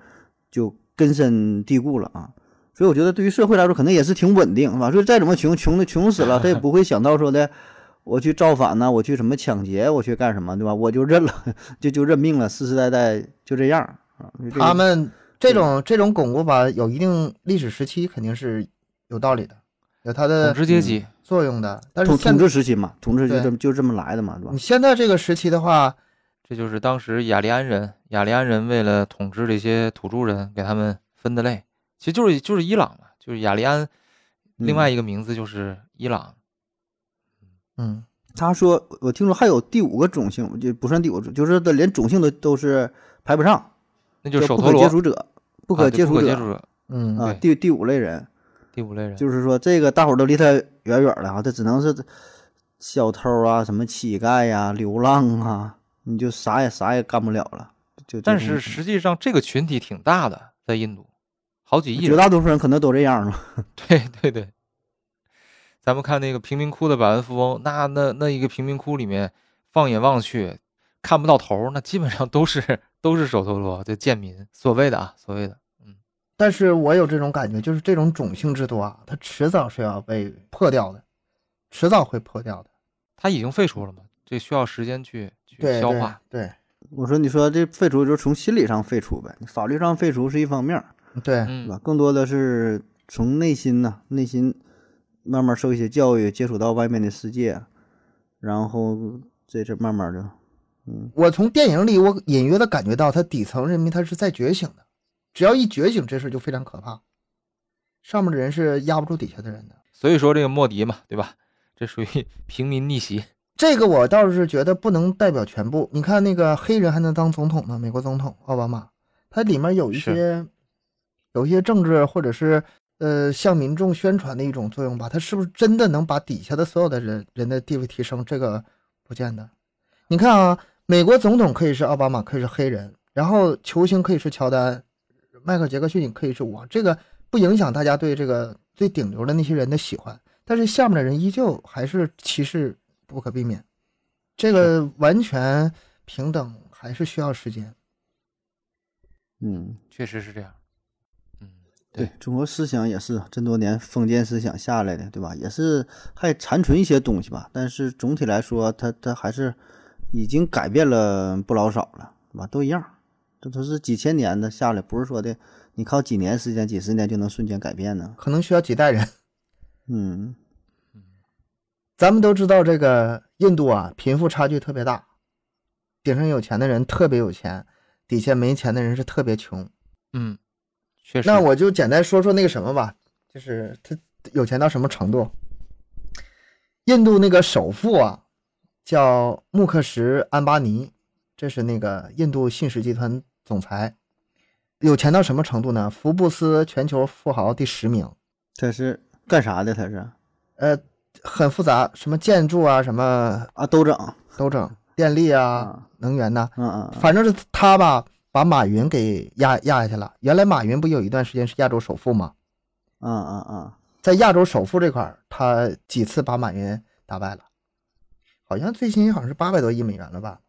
就根深蒂固了啊。所以我觉得对于社会来说，可能也是挺稳定，是吧？所以再怎么穷，穷的穷死了，他也不会想到说的我去造反呐、我去什么抢劫，我去干什么，对吧？我就认了， 就就认命了，世世代代就这样啊。就这个他们这种这种巩固吧，有一定历史时期肯定是有道理的，有它统呃的嗯治阶级，作用的。但是统现统治时期嘛，统治就呃对这么就这么来的嘛，是吧你？现在这个时期的话，这就是当时雅利安人，雅利安人为了统治这些土著人，给他们分的类，其实就是就是伊朗嘛，就是雅利安，嗯另外一个名字就是伊朗。嗯，他说，我听说还有第五个种姓，就不算第五种，就是他连种姓都都是排不上，那就叫是手不陀可螺，接触者，不啊可对接不触可接者触者，嗯啊，第对第五类人，第五类人，就是说这个大伙儿都离他远远的哈，他只能是小偷啊、什么乞丐呀、流浪啊，你就啥也啥也干不了了。就嗯但这种是实际上这个群体挺大的，在印度，好几亿绝人。大多数人可能都这样嘛。 对对对，咱们看那个贫民窟的百万富翁，那那那一个贫民窟里面，放眼望去看不到头儿，那基本上都是都是手陀螺，就贱民，所谓的啊，所谓的，嗯，但是我有这种感觉，就是这种种姓制度啊，它迟早是要被破掉的，迟早会破掉的。他已经废除了嘛，这需要时间去去对消对化。对我说，你说这废除就是从心理上废除呗，你法律上废除是一方面儿，对，对嗯，吧？更多的是从内心呐、内心慢慢受一些教育，接触到外面的世界，然后这这慢慢的，嗯，我从电影里我隐约的感觉到，它底层人民他是在觉醒的，只要一觉醒，这事儿就非常可怕。上面的人是压不住底下的人的，所以说这个莫迪嘛，对吧？这属于 平民逆袭，这个我倒是觉得不能代表全部。你看那个黑人还能当总统呢，美国总统奥巴马，他里面有一是些有一些政治或者是呃向民众宣传的一种作用吧。他是不是真的能把底下的所有的人人的地位提升？这个不见得。你看啊，美国总统可以是奥巴马，可以是黑人，然后球星可以是乔丹，迈克尔杰克逊也可以是我，这个不影响大家对这个最顶流的那些人的喜欢，但是下面的人依旧还是歧视不可避免，这个完全平等还是需要时间。嗯。确实是这样。嗯，对，中国思想也是这么多年封建思想下来的，对吧？也是还残存一些东西吧，但是总体来说，它它还是已经改变了不老少了，对吧？都一样，这都是几千年的下来，不是说的你靠几年时间、几十年就能瞬间改变呢。可能需要几代人。 嗯，咱们都知道这个印度啊，贫富差距特别大，顶上有钱的人特别有钱，底下没钱的人是特别穷。嗯，确实。那我就简单说说那个什么吧，就是他有钱到什么程度。印度那个首富啊，叫穆克什安巴尼，这是那个印度信实集团总裁，有钱到什么程度呢？福布斯全球富豪第十名。他是干啥的？他是呃，很复杂，什么建筑啊，什么啊，都整，都整，电力啊，啊能源呐、嗯嗯，嗯反正是他吧，把马云给压压下去了。原来马云不有一段时间是亚洲首富吗？嗯嗯嗯，在亚洲首富这块儿，他几次把马云打败了，好像最新好像是八百多亿美元了吧，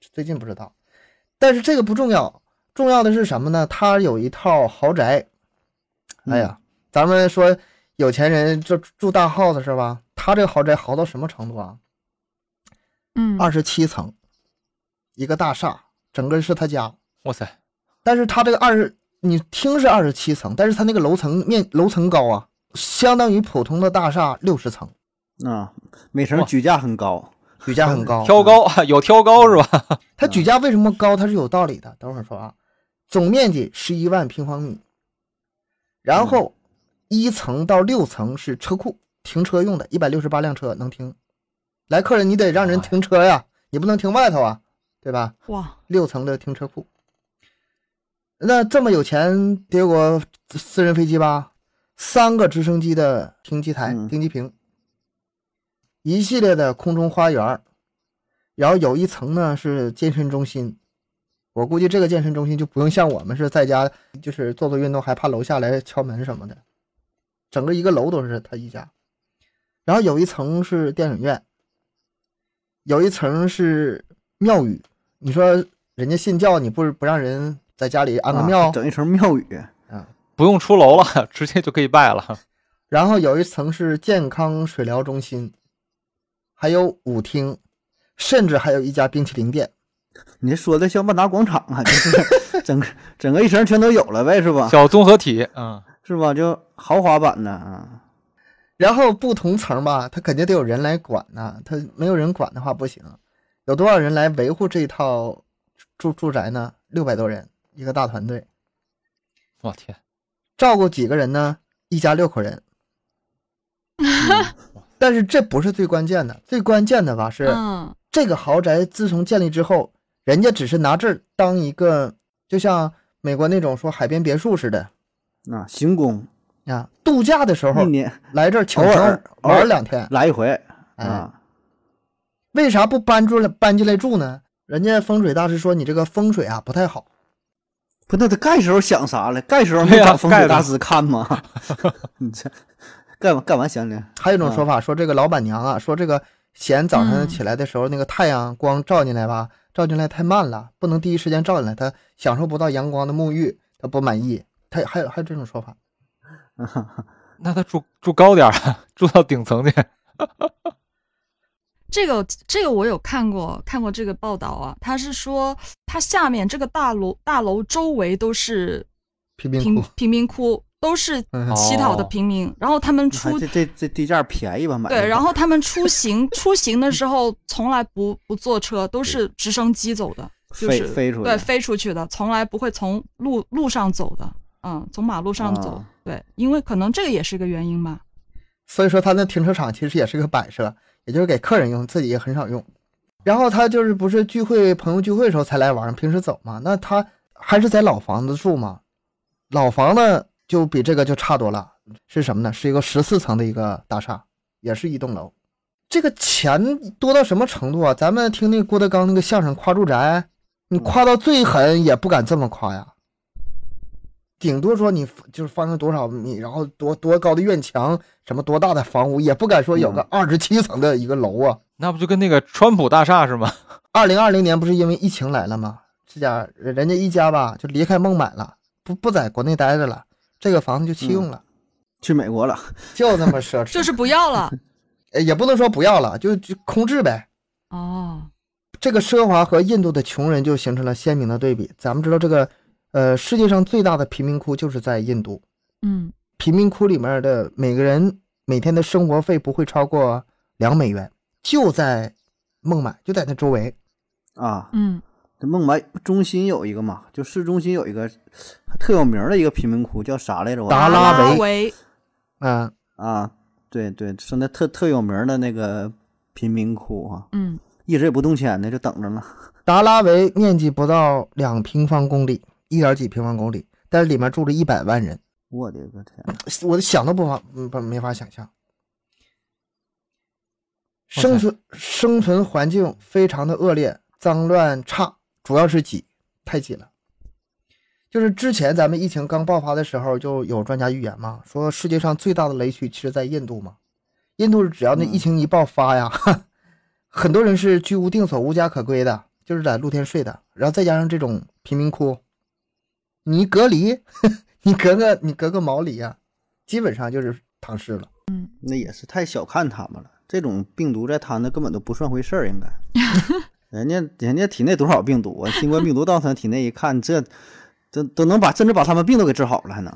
最近不知道。但是这个不重要，重要的是什么呢？他有一套豪宅。哎呀，咱们说有钱人就住大 house 是吧？他这个豪宅豪到什么程度啊？嗯，二十七层，一个大厦，整个是他家。哇塞，但是他这个二十，你听是二十七层，但是他那个楼层面楼层高啊，相当于普通的大厦六十层，啊，每层哇举架很高，举架很高。嗯挑高 有挑高是吧？ 它举架为什么高？它是有道理的。等会儿说啊，总面积十一万平方米，然后一层到六层是车库，停车用的，一百六十八辆车能停。来客人你得让人停车呀，你不能停外头啊，对吧？哇，六层的停车库。那这么有钱，结果私人飞机吧，三个直升机的停机台、嗯停机坪，一系列的空中花园儿，然后有一层呢是健身中心。我估计这个健身中心就不用像我们是在家，就是做做运动，还怕楼下来敲门什么的。整个一个楼都是他一家，然后有一层是电影院，有一层是庙宇。你说人家信教，你不不让人在家里安个啊庙？整一层庙宇，不用出楼了， 直接就可以拜了。 然后有一层是健康水疗中心，还有舞厅，甚至还有一家冰淇淋店。你这说的像万达广场啊，就是 整个整个一层全都有了呗，是吧？小综合体，嗯，是吧？就豪华版的啊，然后不同层吧，他肯定得有人来管呐、他没有人管的话不行。有多少人来维护这一套住住宅呢？六百多人，一个大团队，我天，照顾几个人呢？一家六口人。嗯但是这不是最关键的，最关键的吧是、嗯，这个豪宅自从建立之后，人家只是拿这儿当一个，就像美国那种说海边别墅似的啊，行宫啊，度假的时候一年来这儿请偶尔玩偶尔玩两天，来一回哎啊，为啥不搬出来搬进来住呢？人家风水大师说你这个风水啊不太好，不，那他盖时候想啥了？盖时候没对呀找风水盖的大师看吗？你这干嘛干嘛想的？还有一种说法说这个老板娘啊，说这个嫌早上起来的时候那个太阳光照进来吧，照进来太慢了，不能第一时间照进来，她享受不到阳光的沐浴，她不满意。她还有还有这种说法，那他住住高点儿啊， 住到顶层去。这个这个我有看过，看过这个报道啊，他是说他下面这个大楼大楼周围都是贫民贫窟。贫民窟，都是嗯乞讨的哦平民，然后他们还出这这这地价便宜吧？买对，然后后他们出行出行的时候从来不不坐车，都是直升机走的，就飞是飞出去对飞出去的，从来不会从路路上走的，嗯，从马路上走，啊对，因为可能这个也是个原因吧。所以说他那停车场其实也是个摆设，也就是给客人用，自己也很少用。然后他就是不是聚会朋友聚会的时候才来玩，平时走嘛，那他还是在老房子住嘛，老房子就比这个就差多了，是什么呢？是一个十四层的一个大厦，也是一栋楼。这个钱多到什么程度啊？咱们听那个郭德纲那个相声夸住宅，你夸到最狠也不敢这么夸呀，顶多说你就是翻了多少米，然后多多高的院墙，什么多大的房屋，也不敢说有个二十七层的一个楼啊。那不就跟那个川普大厦是吗？ 二零二零年不是因为疫情来了吗？这家人人家一家吧就离开孟买了，不不在国内待着了，这个房子就弃用了，去美国了，就这么奢侈， 哎就是不要了呃也不能说不要了，就就空置呗。哦，这个奢华和印度的穷人就形成了鲜明的对比。咱们知道，这个呃，世界上最大的贫民窟就是在印度。嗯贫民窟里面的每个人每天的生活费不会超过两美元，就在孟买，就在它周围。啊，嗯这孟买中心有一个嘛，就市中心有一个特有名儿的一个贫民窟，叫啥来着？我达忘了拉维维，啊、啊，对对，是那特特有名儿的那个贫民窟啊，嗯一直也不动迁呢，就等着呢。达拉维面积不到两平方公里，一点几平方公里，但是里面住了一百万人，我的个天！我想都不法嗯不没法想象。生存生存环境非常的恶劣，脏乱差，主要是挤，太挤了。就是之前咱们疫情刚爆发的时候，就有专家预言嘛，说世界上最大的雷区其实在印度嘛。印度是只要那疫情一爆发呀， 哈，很多人是居无定所、无家可归的，就是在露天睡的。然后再加上这种贫民窟，你隔离， 你隔个你隔个毛离呀、基本上就是躺尸了。那也是太小看他们了。这种病毒在他那根本都不算回事儿，应该。人家人家体内多少病毒啊？新冠病毒到他体内一看，这这都能把甚至把他们病都给治好了，还能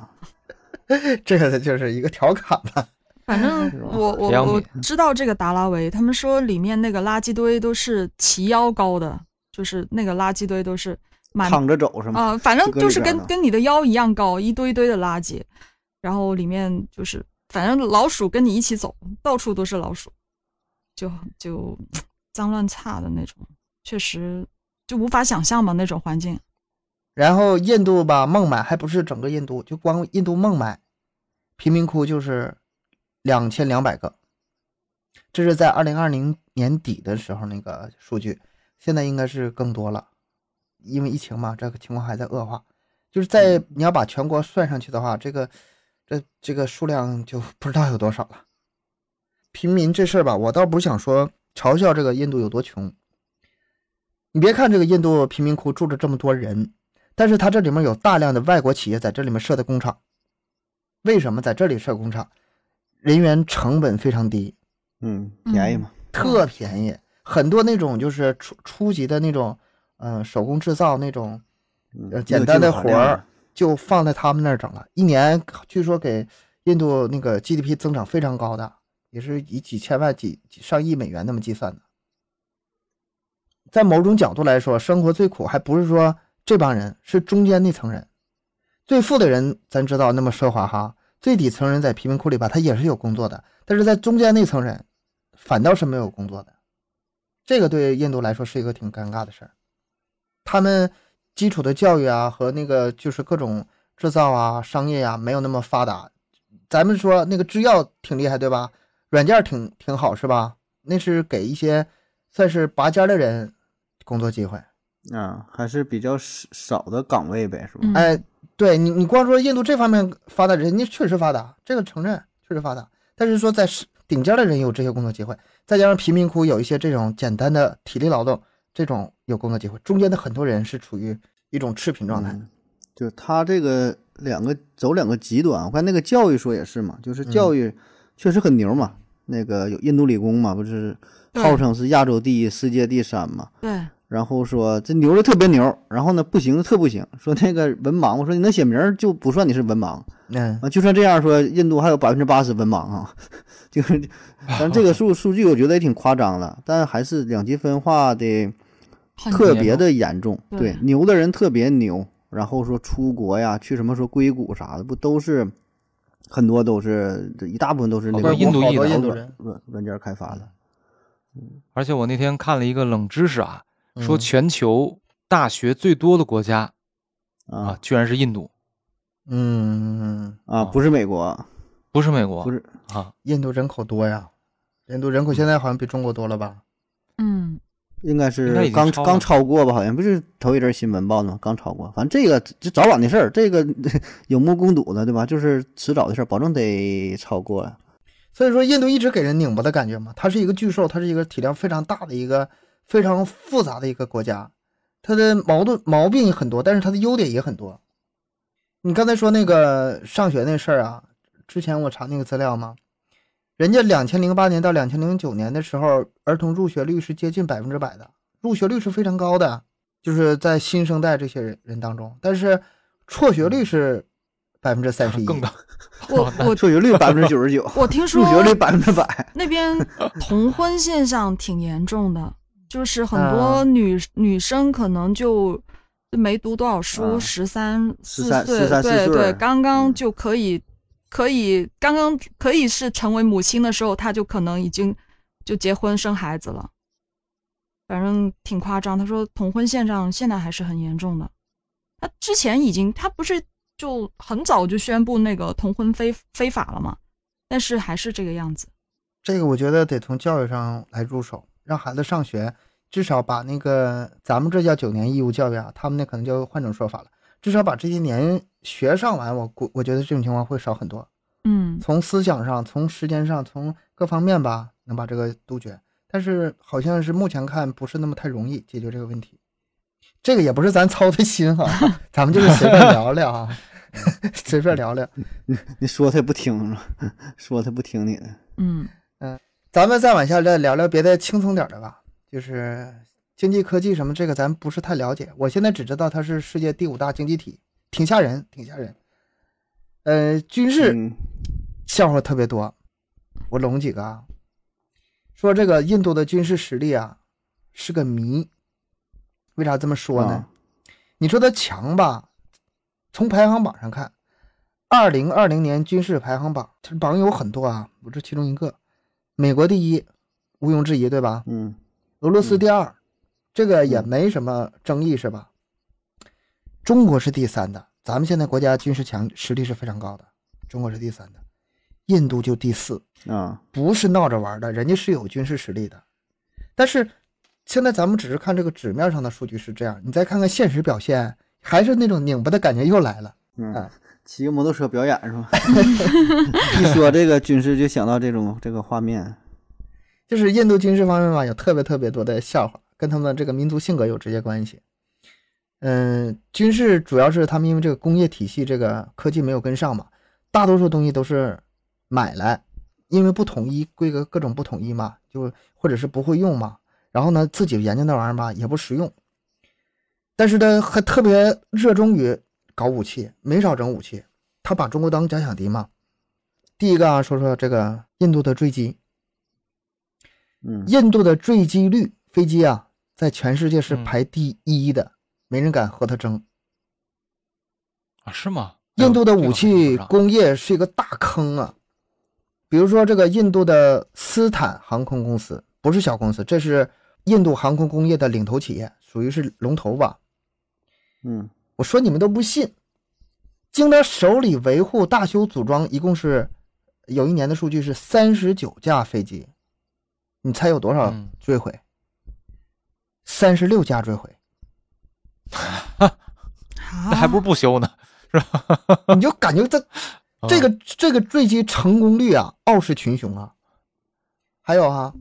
这个就是一个调侃吧。反正 是吧我我两米我知道这个达拉维，他们说里面那个垃圾堆都是齐腰高的，就是那个垃圾堆都是满躺着走是吗？啊、反正就跟就里是边跟呢跟你的腰一样高，一堆一堆的垃圾，然后里面就是反正老鼠跟你一起走，到处都是老鼠，就就脏乱差的那种，确实就无法想象嘛那种环境。然后印度吧，孟买还不是整个印度，就光印度孟买贫民窟就是两千两百个，这是在二零二零年底的时候那个数据，现在应该是更多了，因为疫情嘛，这个情况还在恶化。就是在你要把全国算上去的话，这个这这个数量就不知道有多少了。贫民这事儿吧，我倒不是想说嘲笑这个印度有多穷。你别看这个印度贫民窟住着这么多人，但是它这里面有大量的外国企业在这里面设的工厂。为什么在这里设工厂？人员成本非常低，嗯，便宜嘛。特便宜，很多那种就是初初级的那种，嗯、手工制造那种嗯呃简单的活儿，有就放在他们那儿整了。一年据说给印度那个 GDP 增长非常高的，也是以几千万、几几上亿美元那么计算的。在某种角度来说，生活最苦还不是说这帮人，是中间那层人。最富的人咱知道那么奢华哈，最底层人在贫民窟里吧，他也是有工作的，但是在中间那层人反倒是没有工作的。这个对印度来说是一个挺尴尬的事儿。他们基础的教育啊和那个就是各种制造啊、商业啊没有那么发达。咱们说那个制药挺厉害，对吧？软件儿挺挺好，是吧？那是给一些算是拔尖儿的人工作机会。点儿啊，还是比较少少的岗位呗，是吧？嗯哎，对你，你光说印度这方面发达，人家确实发达，这个承认确实发达。但是说在是顶尖的人有这些工作机会，再加上贫民窟有一些这种简单的体力劳动，这种有工作机会，中间的很多人是处于一种赤贫状态。嗯就他这个两个走两个极端，我看那个教育说也是嘛，嗯就是教育确实很牛嘛。那个有印度理工嘛，不是对号称是亚洲第一、世界第三嘛？对，然后说这牛的特别牛，然后呢不行的特不行，说那个文盲，我说你能写名儿就不算你是文盲嗯，啊，就算这样说，印度还有百分之八十文盲啊， 就是，但是这个数数据我觉得也挺夸张了，但还是两极分化的很特别的严重，对对，牛的人特别牛，然后说出国呀，去什么说硅谷啥的，不都是很多都是这一大部分都是那个好多印度好裔多的印软度人软软件开发的，而且我那天看了一个冷知识啊，说嗯全球大学最多的国家啊啊，居然是印度，嗯，啊，不是美国，不是美国，不是啊，印度人口多呀，印度人口现在好像比中国多了吧？嗯应该应该已是经刚超了刚超过吧，好像不是头一阵新闻报的吗？刚超过，反正这个这早晚的事儿，这个 有目共睹的，对吧？就是迟早的事儿，保证得超过呀。所以说，印度一直给人拧巴的感觉嘛，它是一个巨兽，它是一个体量非常大的一个非常复杂的一个国家，它的矛盾毛病也很多，但是它的优点也很多。你刚才说那个上学那事儿啊，之前我查那个资料嘛，人家两千零八年到两千零九年的时候，儿童入学率是接近百分之百的，入学率是非常高的，就是在新生代这些人人当中，但是辍学率是百分之三十一，更高。我我辍学率百分之九十九，我 听说入学率百分之百。那 边同婚现象挺严重的，就是很多啊女、女生可能就就没读多少书，啊嗯十三四13岁， 14对岁对，刚刚嗯就可以、可以刚刚可以是成为母亲的时候，她就可能已经就结婚生孩子了，反正挺夸张。他说同婚现象现在还是很严重的，他之前已经他不是就很早就宣布那个同婚非非法了嘛，但是还是这个样子。这个我觉得得从教育上来入手，让孩子上学，至少把那个咱们这叫九年义务教育啊，他们那可能就换种说法了，至少把这些年学上完，我估我觉得这种情况会少很多。嗯，从思想上、从时间上、从各方面吧，能把这个杜绝。但是好像是目前看不是那么太容易解决这个问题。这个也不是咱 操的心哈、咱们就是随便聊聊啊， 随便聊聊。你说他也不听是吧？ 说他不听你的。嗯咱们再往下再聊聊别的轻松点儿的吧，就是经济科技什么这个咱不是太了解，我现在只知道它是世界第五大经济体，挺吓人，挺吓人。呃，军事嗯笑话特别多，我拢几个啊。说这个印度的军事实力啊是个谜，为啥这么说呢？啊你说它强吧，从排行榜上看，二零二零年军事排行榜，它榜有很多啊，我这其中一个，美国第一，毋庸置疑，对吧？嗯，俄罗斯第二，这个也嗯没什么争议，是吧？中国是第三的，咱们现在国家军事强实力是非常高的，中国是第三的，印度就第四，啊，不是闹着玩儿的，人家是有军事实力的。但是现在咱们只是看这个纸面上的数据是这样，你再看看现实表现，还是那种拧巴的感觉又来了。嗯啊，骑个摩托车表演是吧？ 一说这个军事，就想到这种这个画面。就是印度军事方面吧，有特别特别多的笑话，跟他们这个民族性格有直接关系。嗯，军事主要是他们因为这个工业体系这个科技没有跟上嘛，大多数东西都是买来，因为不统一，规格各种不统一嘛，就或者是不会用嘛，然后呢自己研究那玩意儿吧也不实用，但是呢还特别热衷于搞武器，没少整武器，他把中国当假想敌嘛。第一个啊，说说这个印度的坠机，嗯，印度的坠机率飞机啊，在全世界是嗯排第一的，没人敢和它争。啊，是吗？哎呦印度的这个武好像不器知道工业是一个大坑啊，比如说这个印度的斯坦航空公司，不是小公司，这是印度航空工业的领头企业，属于是龙头吧。嗯我说你们都不信，经他手里维护、大修、组装，一共是有一年的数据是三十九架飞机，你猜有多少嗯坠毁？三十六架坠毁，啊那还不如不修呢，是吧？你就感觉这啊这个这个坠机成功率啊，傲视群雄啊。还有啊，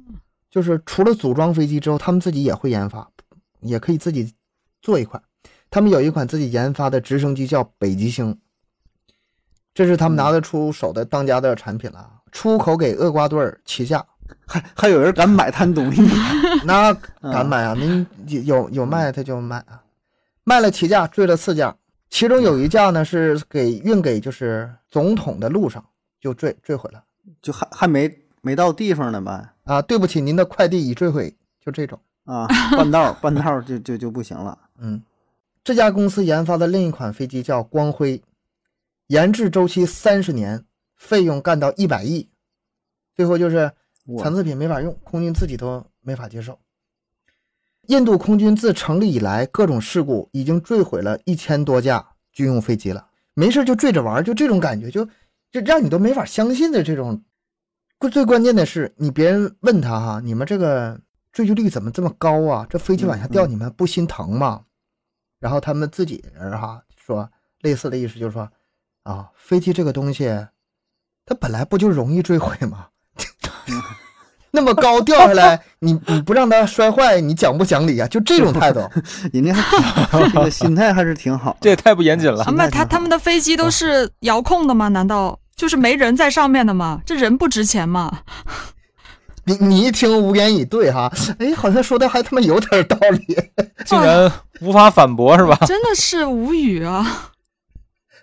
就是除了组装飞机之后，他们自己也会研发，也可以自己做一款。他们有一款自己研发的直升机叫北极星，这是他们拿得出手的当家的产品了啊，出口给厄瓜多尔旗下，还还有人敢买他东西呢。那敢买啊？您有有卖他就卖啊，卖了七架，坠了四架，其中有一架呢是给运给就是总统的路上就坠坠毁了就还还没没到地方呢吧？啊！对不起，您的快递已坠毁，就这种。啊，半道儿半道儿就就就不行了。嗯，这家公司研发的另一款飞机叫光辉，研制周期三十年，费用干到一百亿，最后就是我残次品没法用，空军自己都没法接受。印度空军自成立以来，各种事故已经坠毁了一千多架军用飞机了。没事就坠着玩儿，就这种感觉，就就让你都没法相信的这种。关最关键的是，你别人问他哈，你们这个坠机率怎么这么高啊？这飞机往下掉，嗯嗯你们不心疼吗？然后他们自己人哈说类似的意思，就是说啊，飞机这个东西，它本来不就容易坠毁吗？ 那么高掉下来，你你不让它摔坏，你讲不讲理啊？就这种态 度，人家还这个心态还是挺好的。这也太不嗯严谨了啊，行那那他挺他们的飞机都是 遥控的吗？难道就是没人在上面的吗？这人不值钱吗？你你一听无言以对哈，哎，好像说的还他妈有点道理。竟然无法反驳是吧？ 真的是无语啊！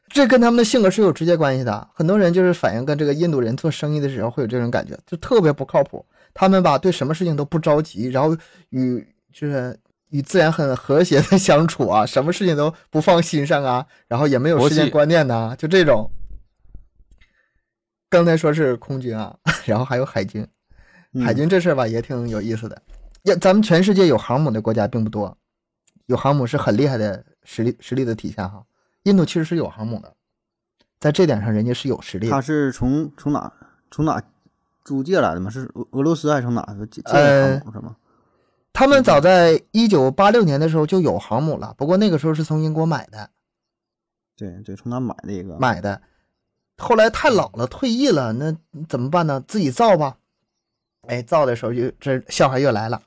这跟他们的性格是有直接关系的。很多人就是反映跟这个印度人做生意的时候会有这种感觉，就特别不靠谱。他们吧对什么事情都不着急，然后与就是与自然很和谐的相处啊，什么事情都不放心上啊，然后也没有佛时间系观念呐、就这种。刚才说是空军啊，然后还有海军，嗯海军这事儿吧也挺有意思的。要咱们全世界有航母的国家并不多，有航母是很厉害的实力实力的体现哈。印度其实是有航母的，在这点上人家是有实力他的。是从从哪从哪租借来的吗？是俄俄罗斯还是从哪借借呃的航母是吗？他们早在一九八六年的时候就有航母了，不过那个时候是从英国买的，对对，从哪买的一个？买的。后来太老了，退役了，那怎么办呢？自己造吧。哎，造的时候就这笑话又来了。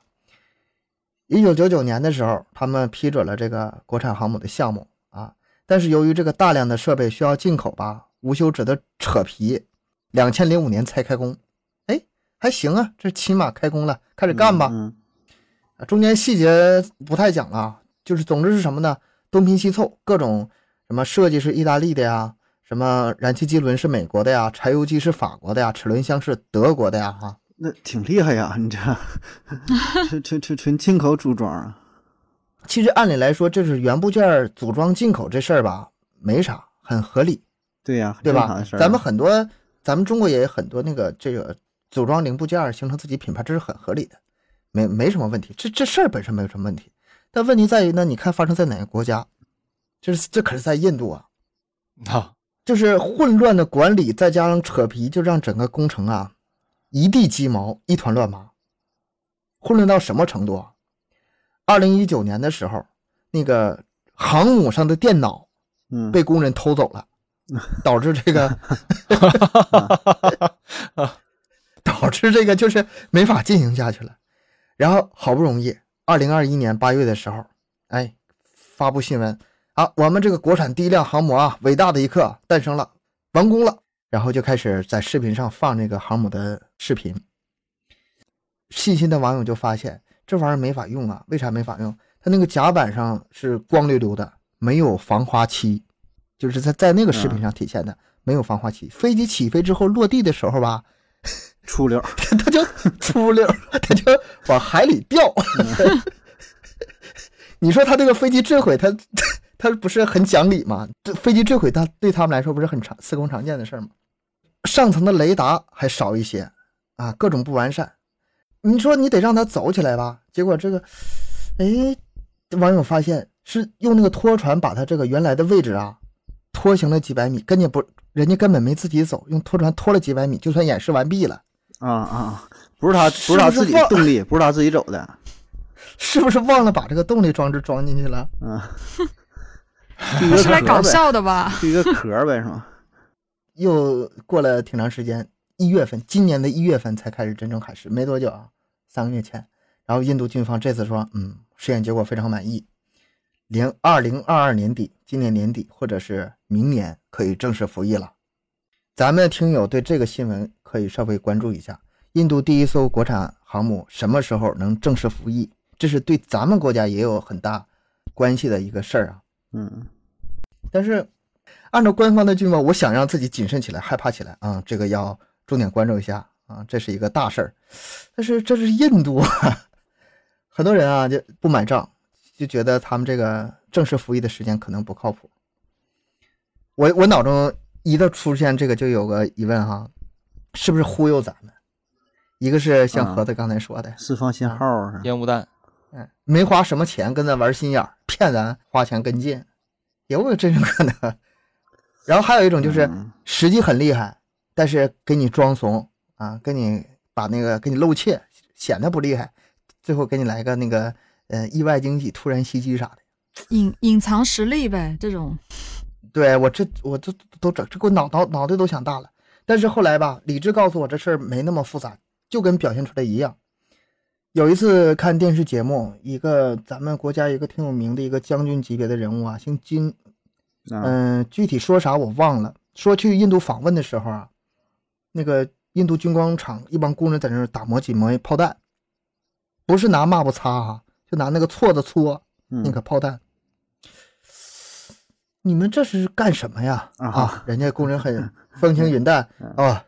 一九九九年的时候，他们批准了这个国产航母的项目啊，但是由于这个大量的设备需要进口吧，无休止的扯皮，两千零五年才开工。哎，还行啊，这起码开工了，开始干吧。嗯，啊中间细节不太讲了啊，就是总之是什么呢？东拼西凑，各种什么设计是意大利的呀，什么燃气机轮是美国的呀，柴油机是法国的呀，齿轮箱是德国的呀，哈、那挺厉害呀，你这纯纯纯纯进口组装啊。其实按理来说，这是原部件组装进口这事儿吧，没啥，很合理，对呀、很对正常吧的事？儿啊咱们很多，咱们中国也有很多那个这个组装零部件儿形成自己品牌，这是很合理的，没没什么问题。这这事儿本身没有什么问题，但问题在于呢，你看发生在哪个国家？这是这可是在印度啊，啊，就是混乱的管理再加上扯皮，就让整个工程啊一地鸡毛，一团乱麻。混乱到什么程度啊？二零一九年的时候，那个航母上的电脑嗯，被工人偷走了，导致这个导致这个就是没法进行下去了。然后好不容易，二零二一年八月的时候，哎，发布新闻啊，我们这个国产第一辆航母啊，伟大的一刻诞生了，完工了。然后就开始在视频上放这个航母的视频。细心的网友就发现这玩意儿没法用啊，为啥没法用？它那个甲板上是光溜溜的，没有防滑漆，就是在在那个视频上体现的、没有防滑漆。飞机起飞之后落地的时候吧，出溜儿。它就粗溜儿，它就往海里掉。 你说他这个飞机坠毁，他他不是很讲理吗？这飞机坠毁，他对他们来说不是很常司空常见的事儿吗？上层的雷达还少一些啊，各种不完善。你说你得让它走起来吧，结果这个，哎，网友发现是用那个拖船把它这个原来的位置啊拖行了几百米，根本不，人家根本没自己走，用拖船拖了几百米，就算演示完毕了。啊啊！不是他，不是他是不是自己放动力，不是他自己走 的，啊是不是忘了把这个动力装置装进去了？就一个是来壳搞呗，笑的吧？就一个壳儿呗，是吗？又过了挺长时间，一月份，今年的一月份才开始真正开始，没多久啊，三个月前。然后印度军方这次说，嗯，试验结果非常满意，零二零二二年底，今年年底或者是明年可以正式服役了。咱们听友对这个新闻可以稍微关注一下，印度第一艘国产航母什么时候能正式服役？这是对咱们国家也有很大关系的一个事儿啊。嗯，但是按照官方的军报，我想让自己谨慎起来，害怕起来啊、这个要重点关注一下啊、这是一个大事儿。但是这是印度啊， 很多人啊就不买账，就觉得他们这个正式服役的时间可能不靠谱。我我脑中一到出现这个就有个疑问哈，是不是忽悠咱们？一个是像盒子刚才说的，释放信号啊，烟雾弹，嗯，没花什么钱跟咱玩心眼儿，骗咱花钱跟进，也有这种可能。 然后还有一种就是嗯实际很厉害，但是给你装怂啊，给你把那个给你露怯，显得不厉害，最后给你来个那个呃意外惊喜、突然袭击啥的。隐隐藏实力呗，这种对我这我这都整这给我脑脑脑袋都想大了。但是后来吧，理智告诉我这事儿没那么复杂，就跟表现出来一样。有一次看电视节目，一个咱们国家一个挺有名的一个将军级别的人物啊，姓金，嗯啊嗯、具体说啥我忘了。说去印度访问的时候啊，那个印度军工厂一帮工人在那儿打磨几磨炮弹，不是拿抹布擦哈、就拿那个锉子搓那嗯个炮弹。你们这是干什么呀？啊嗯啊，人家工人很风轻云淡啊，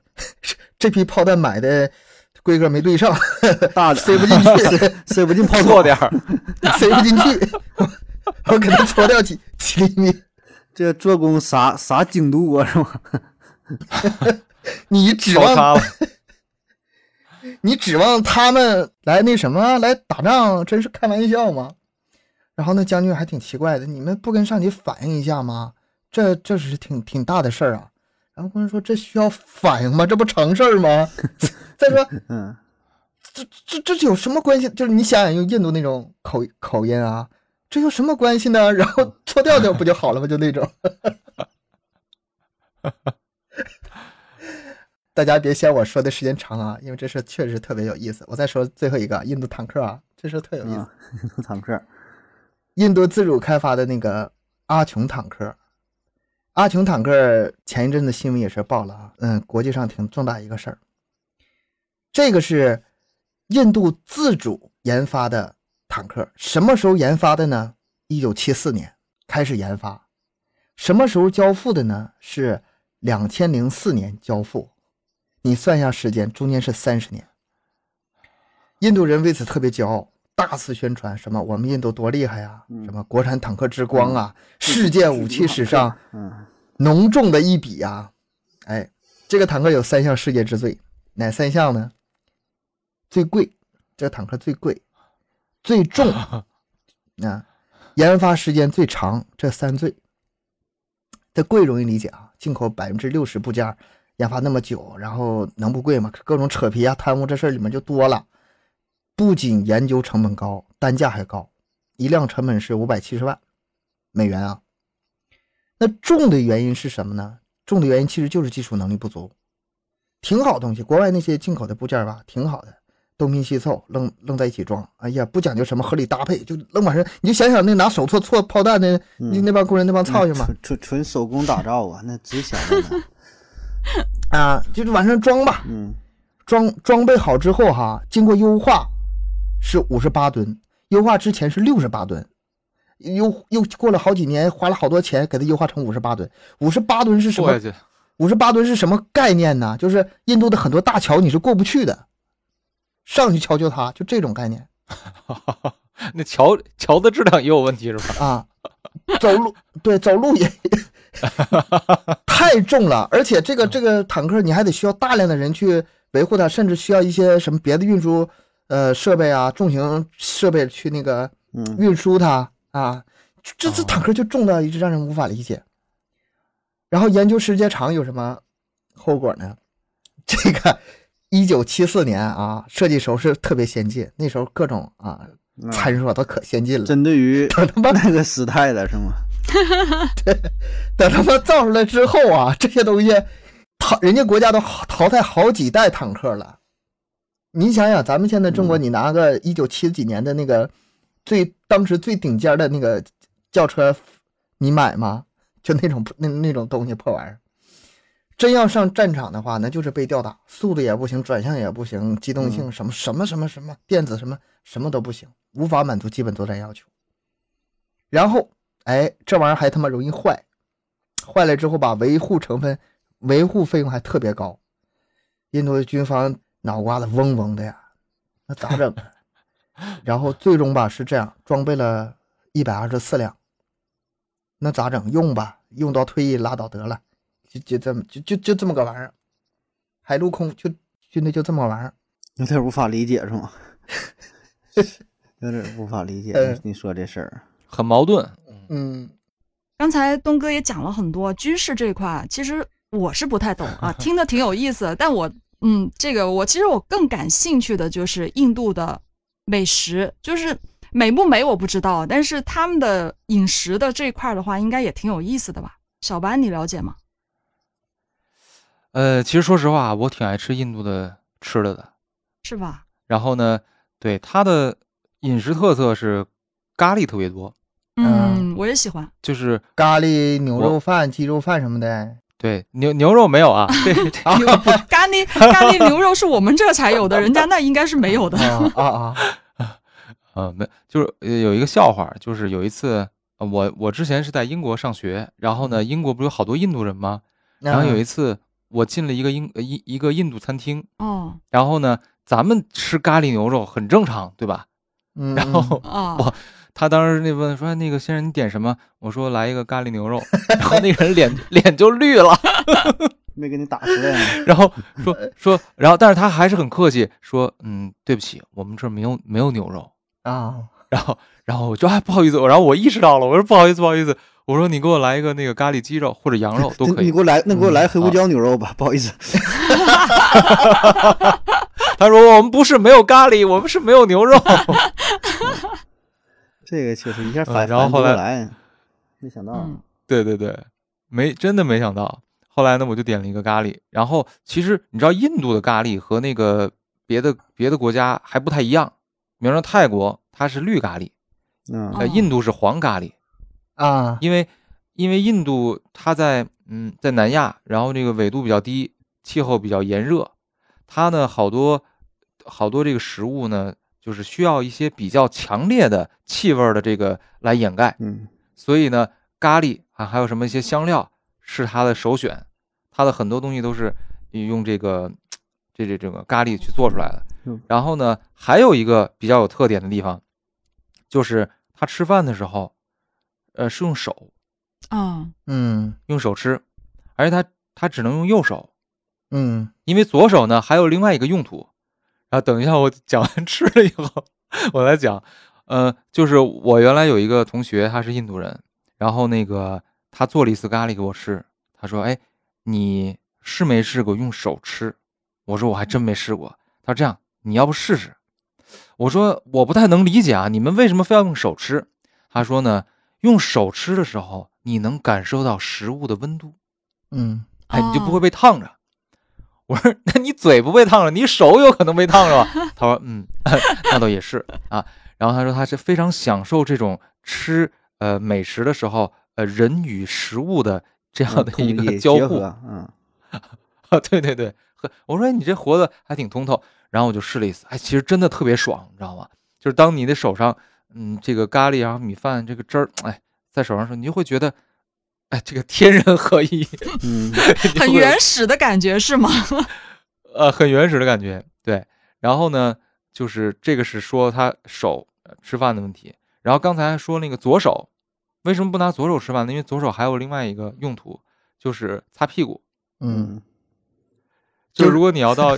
这批炮弹买的规格没对上， 大的塞不进去， 塞不进炮筒错，点儿，塞不进去， 我给它搓掉几几厘米。这做工啥啥精度啊，是吧？你指高望差了。你指望他们来那什么啊来打仗，真是开玩笑吗？然后那将军还挺奇怪的，你们不跟上级反映一下吗？这这是挺挺大的事儿啊。然后工人说：“这需要反应吗？这不成事儿吗？” 再说嗯，这这这有什么关系？就是你想想用印度那种口口音啊，这有什么关系呢？然后搓掉掉不就好了吗？就那种。 大家别嫌我说的时间长啊，因为这事确实特别有意思。我再说最后一个印度坦克啊，这事特有意思。啊， 坦克，印度自主开发的那个阿琼坦克，阿琼坦克前一阵子新闻也是报了啊，嗯，国际上挺重大一个事儿。这个是印度自主研发的坦克，什么时候研发的呢？一九七四年开始研发，什么时候交付的呢？是两千零四年交付。你算一下时间，中间是三十年。印度人为此特别骄傲，大肆宣传什么我们印度多厉害呀、嗯什么国产坦克之光啊，世界武器史上嗯，浓重的一笔啊！哎，这个坦克有三项世界之最，哪三项呢？最贵，这个坦克最贵，最重啊，研发时间最长，这三最。这贵容易理解啊，进口百分之六十部件儿，研发那么久，然后能不贵吗？各种扯皮啊、贪污这事儿里面就多了。不仅研究成本高，单价还高，一辆成本是五百七十万美元啊。那重的原因是什么呢？重的原因其实就是技术能力不足。挺好东西，国外那些进口的部件吧，挺好的，东拼西凑，愣愣在一起装。哎呀，不讲究什么合理搭配，就愣往上。你就想想那拿手搓搓炮弹的，那那帮工人那帮操心嘛，纯纯纯手工打造啊，那值钱了 呢。啊，就是往上装吧。嗯，装装备好之后哈，经过优化是五十八吨，优化之前是六十八吨，又又过了好几年，花了好多钱给它优化成五十八吨。五十八吨是什过么下去，五十八吨是什么概念呢？就是印度的很多大桥你是过不去的，上去瞧瞧它，就这种概念那桥桥的质量也有问题是吧？啊。走路 对，走路也太重了，而且这个这个坦克你还得需要大量的人去维护它，甚至需要一些什么别的运输呃设备啊、重型设备去那个嗯运输它啊。这这哦坦克就重到一直让人无法理解。然后研究时间长有什么后果呢？这个 一九七四年啊，设计时候是特别先进，那时候各种啊嗯参数啊都可先进了。针对于等他妈那个时代的是吗？等他们造出来之后啊，这些东西淘人家国家都好淘汰好几代坦克了。你想想，咱们现在中国，你拿个一九七几年的那个最当时最顶尖的那个轿车，你买吗？就那种那那种东西破玩意儿，真要上战场的话，那就是被吊打，速度也不行，转向也不行，机动性什么什么什么什么，电子什么什么都不行，无法满足基本作战要求。然后，哎，这玩意儿还他妈容易坏，坏了之后吧，维护成分、维护费用还特别高。印度的军方脑瓜子嗡嗡的呀，那咋整啊？ 然后最终吧是这样，装备了一百二十四辆，那咋整？用吧，用到退役拉倒得了，就就这么就就就这么个玩意儿，海陆空就军队就这么个玩意儿。有点无法理解是 吗？有点无法理解嗯，你说这事儿，很矛盾。嗯，刚才东哥也讲了很多军事这一块，其实我是不太懂 啊，听得挺有意思，但我嗯，这个我其实我更感兴趣的就是印度的美食，就是美不美我不知道，但是他们的饮食的这一块的话，应该也挺有意思的吧？小班你了解吗？呃，其实说实话，我挺爱吃印度的吃的的。是吧？然后呢，对它的饮食特色是咖喱特别多，嗯，我也喜欢。就是 咖喱牛肉饭、鸡肉饭什么的，对，牛牛肉没有啊，这这牛咖喱咖喱牛肉是我们这才有的，人家那应该是没有 的。啊啊啊！ 呃，没，就是呃有一个笑话，就是有一次，呃我我之前是在英国上学，然后呢，英国不是有好多印度人吗？嗯然后有一次我进了一个英呃一一个印度餐厅，哦然后呢，咱们吃咖喱牛肉很正常，对吧？嗯，然后哦我他当时那问说哎那个先生你点什么？我说来一个咖喱牛肉， 然后那个人脸脸就 绿了，没给你打出来，然后说说，然后但是他还是很客气，说嗯对不起，我们这儿没有没有牛肉。啊，然后然后我就哎不好意思，我然后我意识到了，我说不好意思不好意思，我说你给我来一个那个咖喱鸡肉或者羊肉都可你以给。我来，那给我来黑胡啊椒牛肉吧，不好意思，他说我们不是没有咖喱，我们是没有牛肉。这个确实一下反嗯然后反应不后来过来，没想到啊，嗯对对对，没真的没想到。后来呢，我就点了一个咖喱。然后其实你知道，印度的咖喱和那个别的别的国家还不太一样。比方说泰国，它是绿咖喱，嗯呃，哦印度是黄咖喱，啊，因为因为印度它在嗯在南亚，然后这个纬度比较低，气候比较炎热，它呢好多好多这个食物呢，就是需要一些比较强烈的气味儿的这个来掩盖。嗯，所以呢，咖喱啊，还有什么一些香料是它的首选，它的很多东西都是用这个这这这个咖喱去做出来的嗯。然后呢，还有一个比较有特点的地方，就是他吃饭的时候，呃，是用手嗯嗯用手吃，而且他他只能用右手，嗯因为左手呢还有另外一个用途。然后等一下我讲完吃了以后，我来讲。呃，就是我原来有一个同学，他是印度人，然后那个他做了一次咖喱给我吃，他说：“哎，你试没试过用手吃？”我说：“我还真没试过。”他说：“这样，你要不试试？”我说：“我不太能理解啊，你们为什么非要用手吃？”他说：“呢，用手吃的时候，你能感受到食物的温度。”嗯哎，你就不会哦被烫着。我说，那你嘴不被烫着，你手有可能被烫着吧？ 他说，嗯，那倒也是啊。然后他说，他是非常享受这种吃呃美食的时候，呃人与食物的这嗯样的空一个意交结互。合， 嗯，啊， 对对对，和我说哎你这活的还挺通透，然后我就试了一次，哎，其实真的特别爽，你知道吗？就是当你的手上，嗯，这个咖喱然后米饭这个汁儿，哎，在手上的时候，你就会觉得，哎，这个天人合一， 嗯，你很会有原始的感觉是吗？呃，很原始的感觉。对，然后呢，就是这个是说他手呃吃饭的问题。然后刚才说那个左手，为什么不拿左手吃饭呢？因为左手还有另外一个用途，就是擦屁股。嗯就如果你 要到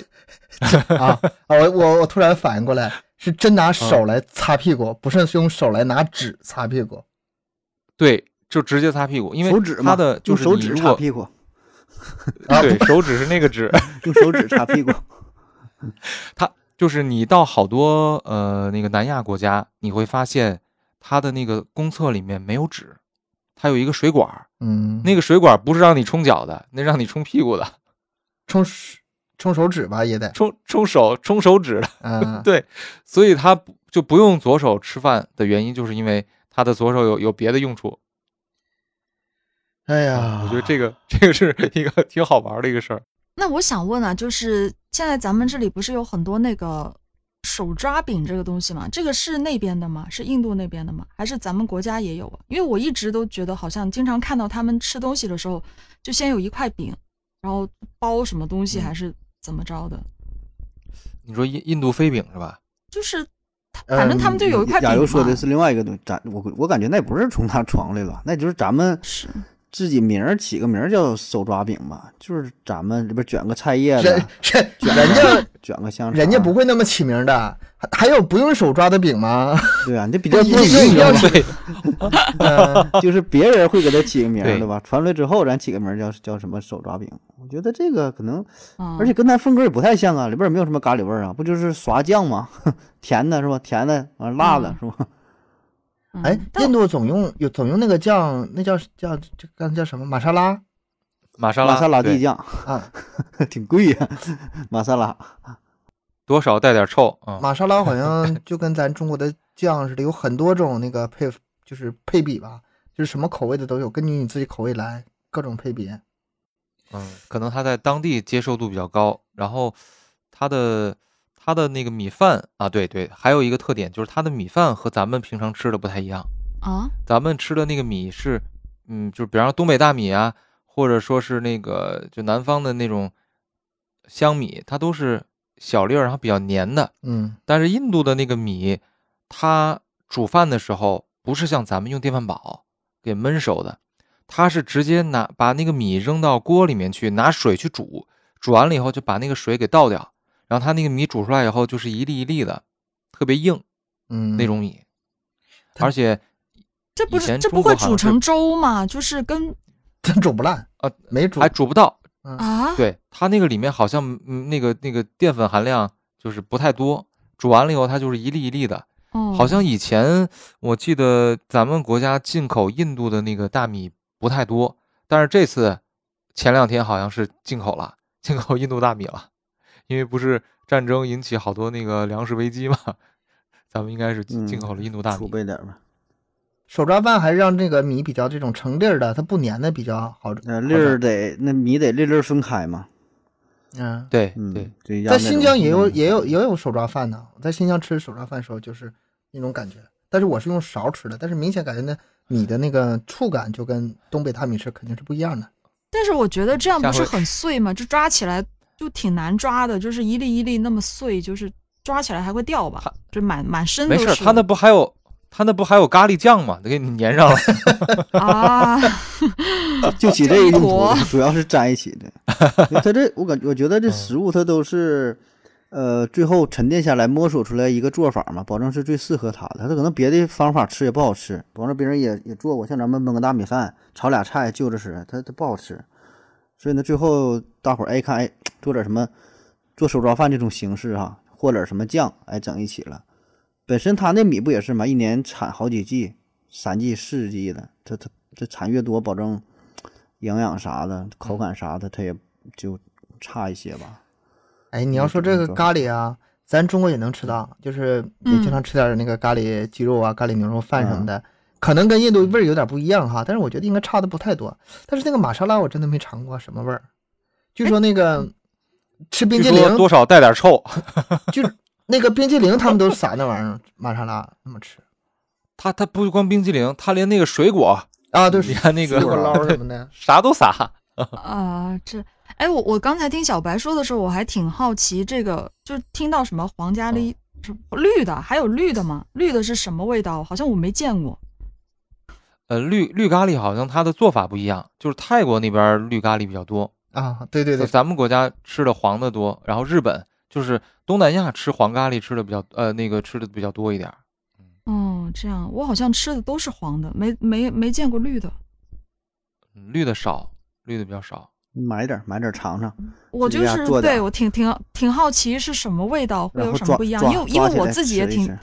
啊啊！我我我突然反应过来，是真拿嗯手来擦屁股，不是用手来拿纸擦屁股。对，就直接擦屁股，因为手指嘛他的就用是手你指如擦果屁股，啊对手指是那个 指，用手指擦屁股，就是你到好多呃那个南亚国家，你会发现它的那个公厕里面没有纸，它有一个水管儿，嗯，那个水管儿不是让你冲脚的，那让你冲屁股的。冲手冲手指吧也得，冲冲手冲手指的，，嗯 对，所以他不就不用左手吃饭的原因，就是因为他的左手有有别的用处。哎呀，我啊觉得这个这个是一个 挺好玩的一个事儿。那我想问啊，就是现在咱们这里不是有很多那个手抓饼这个东西嘛？这个是那边的吗？是印度那边的吗？还是咱们国家也有啊？因为我一直都觉得，好像经常看到他们吃东西的时候，就先有一块饼，然后包什么东西嗯还是怎么着的，你说印印度飞饼是吧？就是他反正他们就有一块饼嗯亚嘛。游说的是另外一个东西，咱我我感觉那不是从他传来了，那就是咱们是自己名儿起个名儿叫手抓饼吧，就是咱们这边卷个菜叶子人，人人家卷个香肠，人家不会那么起名的，还还有不用手抓的饼吗？对啊，你 这比较不不是一样不对，嗯就是别人会给他起个名儿，对对吧？传出来之后，咱起个名儿叫叫什么手抓饼？我觉得这个可能，嗯，而且跟咱风格也不太像啊，里边也没有什么咖喱味儿啊，不就是刷酱吗？ 甜的是吧？甜的，完了辣的嗯是吧？嗯哎，但印度总用有总用那个酱，那叫叫这刚才叫什么玛莎拉玛莎拉玛莎拉蒂对酱啊？ 挺贵呀，玛莎拉。多少带点臭啊、嗯玛莎拉好像就跟咱中国的酱似的，有很多种那个配就是配比吧，就是什么口味的都有，根据你自己口味来各种配比。嗯，可能他在当地接受度比较高，然后他的他的那个米饭啊，对对，还有一个特点就是他的米饭和咱们平常吃的不太一样，啊，咱们吃的那个米是，嗯，就是比方说东北大米啊，或者说是那个就南方的那种香米，它都是小粒儿，然后比较黏的，嗯但是印度的那个米，它煮饭的时候不是像咱们用电饭煲给焖熟的，它是直接拿把那个米扔到锅里面去，拿水去煮，煮完了以后就把那个水给倒掉，然后它那个米煮出来以后就是一粒一粒的，特别硬嗯，那种米，它而且这不以是前这中不国会好煮像是成粥吗？就是跟它 煮不烂啊，没煮还煮不到，啊，嗯对它那个里面好像嗯那个那个淀粉含量就是不太多，煮完了以后它就是一粒一粒的。哦，好像以前我记得咱们国家进口印度的那个大米不太多，但是这次前两天好像是进口了，进口印度大米了，因为不是战争引起好多那个粮食危机嘛， 咱们应该是进嗯进口了印度大储米。备点儿吧。手抓饭还是让这个米比较这种成粒儿的，它不粘的比较好。呃，粒儿得那米得粒粒儿分开嘛。嗯，对嗯，对，就一样在那新种疆也有嗯也有也有手抓饭呢。我在新疆吃手抓饭的时候就是那种感觉，但是我是用勺吃的，但是明显感觉那米的那个触感就跟东北大米吃肯定是不一样的。但是我觉得这样下不是回很碎吗？这抓起来就挺难抓的，就是一粒一粒那么碎，就是抓起来还会掉吧它，就满满身都没是。事儿，他那不还有他那不还有咖喱酱吗？给你粘上了。 啊， 就起这一用途坨，主要是粘一起的。因为它这我感我觉得这食物它都是，呃，最后沉淀下来摸索出来一个做法嘛，保证是最适合它的。它可能别的方法吃也不好吃，保证别人也也做过，像咱们焖个大米饭，炒俩菜就着吃，它它不好吃。所以呢，最后大伙儿哎看哎做点什么，做手抓饭这种形式哈、和点什么酱哎整一起了。本身它那米不也是嘛，一年产好几季，三季四季的，它它这产越多，保证营养啥的、嗯口感啥的，它也就差一些吧。哎，嗯你要说这个咖喱啊，咱中国也能吃到，就是也经常吃点那个咖喱鸡肉啊、咖喱牛肉饭嗯什么的，可能跟印度味儿有点不一样哈，但是我觉得应该差的不太多。但是那个玛莎拉我真的没尝过什么味儿，据说那个吃冰据激说凌，多少带点臭，就是那个冰激凌他们都撒那玩意儿，玛莎拉那么吃他他不光冰激凌，他连那个水果，啊，对，你看那水果个捞什么的， 啥都撒。啊，这，哎，我我刚才听小白说的时候，我还挺好奇，这个就听到什么黄嗯加梨是绿的，还有绿的吗？绿的是什么味道？好像我没见过。呃，绿绿咖喱好像它的做法不一样，就是泰国那边儿绿咖喱比较多，啊，对对就对，咱们国家吃的黄的多，然后日本就是东南亚吃黄咖喱吃的比较呃那个吃的比较多一点儿。哦，这样，我好像吃的都是黄的，没没没见过绿的。嗯绿的少，绿的比较少。你买点儿买点儿尝尝，我自就己家是做点对儿我挺挺挺好奇是什么味道，会然有后什抓么不一样？抓因为因为抓起我来自己也吃一挺吃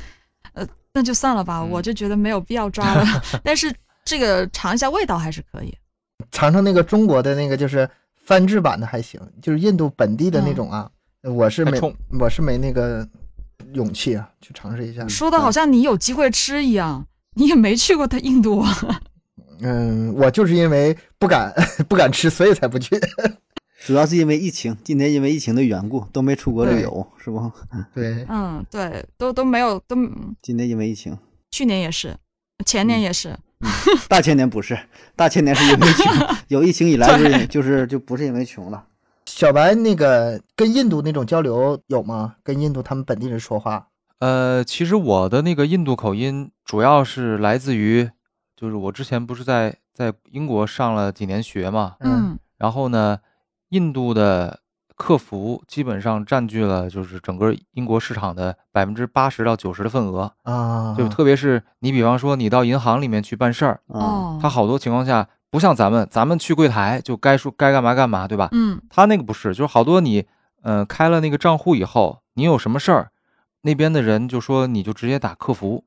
那就算了吧，嗯我就觉得没有必要抓了。但是这个尝一下味道还是可以。尝尝那个中国的那个就是翻制版的还行，就是印度本地的那种啊，我是太没冲我是没那个勇气啊，去尝试一下。说的好像你有机会吃一样，你也没去过他印度啊。 嗯，我就是因为不敢 不敢吃，所以才不去。主要是因为疫情，今年因为疫情的缘故都没出国旅对游，是不？ 对，嗯，对，都都没有，都今年因为疫情，去年也是，前年也是。大前年不是，大前年是因为穷， 有疫情以来就是就是就不是因为穷了。小白那个跟印度那种交流有吗？跟印度他们本地人说话呃，其实我的那个印度口音主要是来自于，就是我之前不是在在英国上了几年学嘛，嗯嗯然后呢，印度的客服基本上占据了就是整个英国市场的百分之八十到九十的份额，啊，就特别是你比方说你到银行里面去办事儿，啊、嗯哦，它好多情况下不像咱们，咱们去柜台就该说该干嘛干嘛，对吧？嗯他那个不是，就是好多你，呃，开了那个账户以后，你有什么事儿，那边的人就说你就直接打客服，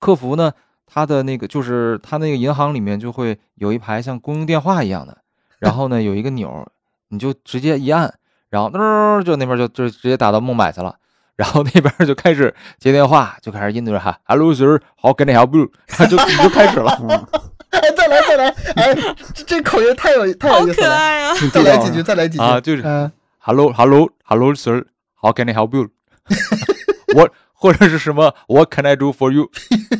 客服呢，他的那个就是他那个银行里面就会有一排像公用电话一样的，然后呢有一个钮儿，你就直接一按，然后嘚儿就那边就就直接打到孟买去了。然后那边就开始接电话，就开始印度人喊 “hello sir，好，跟那 help you”，然后就你就开始了，嗯，来， 再来，再 来！哎，这这口音太有太好有意思可了！爱啊！再来几句，再来几句啊，就是嗯 Hello Hello Hello Sir, How can I help you？我或者是什么 What can I do for you？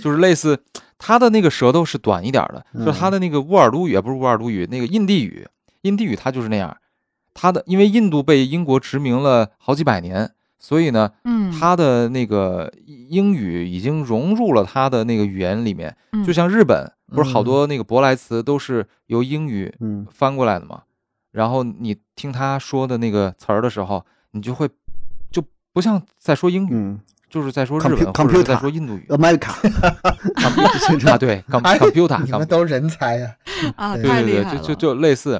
就 是类似他的那个舌头是短一点的，嗯就他的那个乌尔都语不是乌尔都语，那个印地语，印地语它就是那样。它的因为印度被英国殖民了好几百年，所以呢，嗯，他的那个英语已经融入了他的那个语言里面。嗯就像日本，不是好多那个舶来词都是由英语嗯翻过来的嘛。然后你听他说的那个词儿的时候，你就会就不像在说英语，嗯就是在说日文， Compu- 或者是在 computer 呃说印度语，America，啊，对，com 哎 computer，你 com- 们都人才呀！啊，对太厉对害对，了！就就就类似。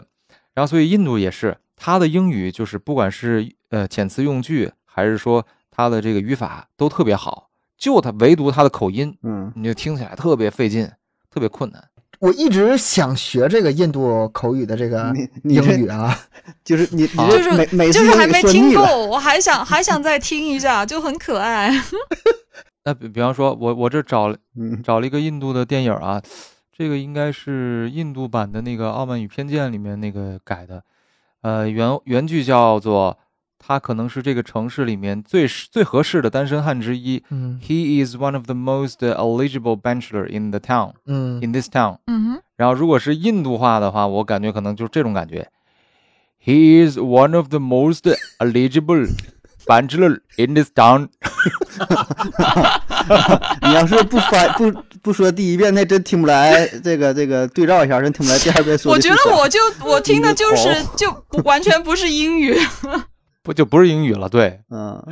然后所以印度也是，它的英语就是不管是呃遣词用句，还是说它的这个语法都特别好，就它唯独它的口音，嗯你就听起来特别费劲，特别困难。我一直想学这个印度口语的这个你你英这语啊，就是你，你啊这 就是每每次就是都还给没说听腻了够，我还想还想再听一下，就很可爱。 那比比方说，我我这找了嗯找了一个印度的电影啊，这个应该是印度版的那个《傲慢与偏见》里面那个改的，呃，原原剧叫做他可能是这个城市里面最适最合适的单身汉之一。嗯 He is one of the most eligible bachelor in the town, 嗯 in this town。嗯哼，然后如果是印度话的话，我感觉可能就是这种感觉。He is one of the most eligible bachelor in this town。你要是不翻不不说第一遍，那真听不来。这个这个对照一下，真听不来第二遍说我的是觉啥。得我就我听的就是你就不完全不是英语，不就不是英语了？对嗯，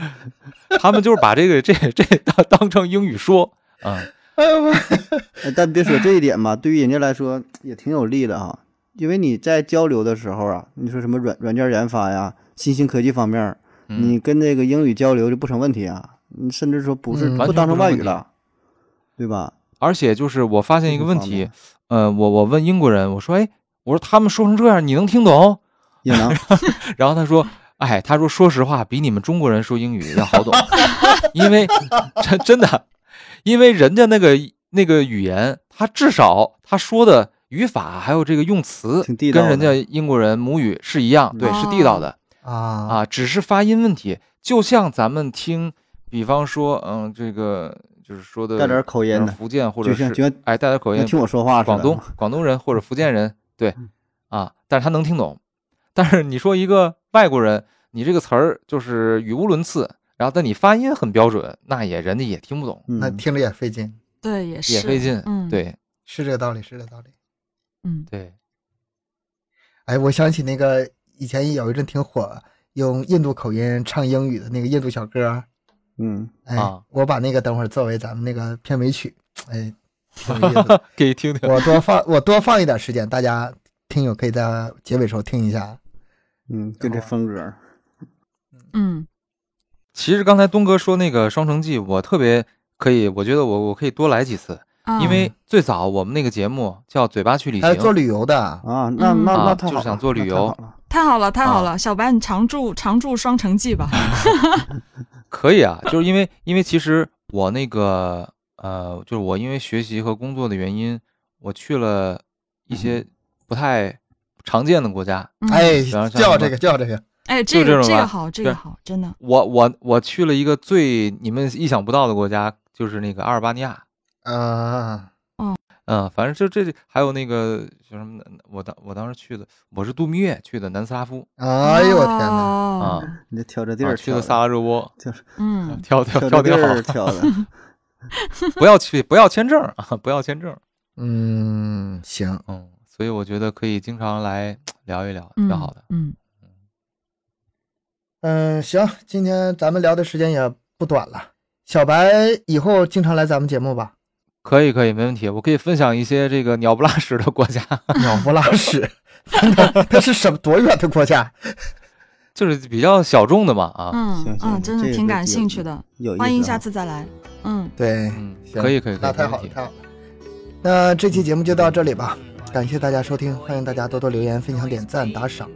他们就是把这个这这当当成英语说， 嗯，哎呦我哎但别说这一点吧，对于人家来说也挺有利的哈。因为你在交流的时候啊，你说什么软软件研发呀、新兴科技方面儿，嗯你跟这个英语交流就不成问题啊。你甚至说不是嗯不完全当成不成外问语题了，对吧？而且就是我发现一个问这题个，呃，我我问英国人，我说，哎，我说他们说成这样，你能听懂？也能然后他说，哎，他说说实话，比你们中国人说英语要好 懂，因为真真的，因为人家那个那个语言，他至少他说的语法还有这个用词挺地，道跟的人家英国人母语是一样，对，是地道的。啊啊，只是发音问题。就像咱们听，比方说，嗯，这个就是说的带点儿口音的，福建或就者像就像是哎带点口音像，听我说话似的。嗯广东广东人或者福建人，对啊，但是他能听懂。但是你说一个外国人，你这个词儿就是语无伦次，然后但你发音很标准，那也人家也听不懂，嗯，那听着也费劲，对，也是也费劲。嗯，，对是这个道理，是这个道理。嗯，对，哎，我想起那个以前有一阵挺火，用印度口音唱英语的那个印度小哥儿，嗯，哎，啊我把那个等会儿作为咱们那个片尾曲，哎，挺有意思 的可以听听。我多放我多放一点时间，大家听友可以在结尾时候听一下。嗯，就这风格。嗯，其实刚才东哥说那个《双城记》，我特别可以，我觉得我我可以多来几次。啊因为最早我们那个节目叫《嘴巴去旅还行有》，做旅游的，啊，那嗯那啊那太就是好了，想做旅那太游好了太好了，太好啊了，小白你常驻常驻双城记 吧， 可以啊，就是因为因为其实我那个呃，就是我因为学习和工作的原因，我去了一些嗯不太常见的国家。嗯哎，行行叫这个叫这个，哎，这就这个种这吧个好，这个对好，真的，我我我去了一个最你们意想不到的国家，就是那个阿尔巴尼亚。啊，嗯，反正就这还有那个叫什么，我当我当时去的，我是度蜜月去的南斯拉夫哎呦我天哪！啊哦，你这挑着地啊，儿去挑的的，萨拉热窝，嗯， 跳跳挑着跳地挺儿好，挑的。 不要去不要签证啊，不要签证。嗯，行，嗯，所以我觉得可以经常来聊一聊，嗯挺好的。嗯，嗯，行，今天咱们聊的时间也不短了，小白以后经常来咱们节目吧，可以，可以，没问题。我可以分享一些这个鸟不拉屎的国家， 啊鸟不拉 屎，他是什么多远的国家？就是比较小众的嘛啊。嗯行啊，行真这的个挺感有兴趣的，有意欢迎思啊下次再来，嗯， 对，嗯，行可以，可以，可以那太没问好了，题太好了。那这期节目就到这里吧，感谢大家收听，欢迎大家多多留言、分享、点赞、打赏。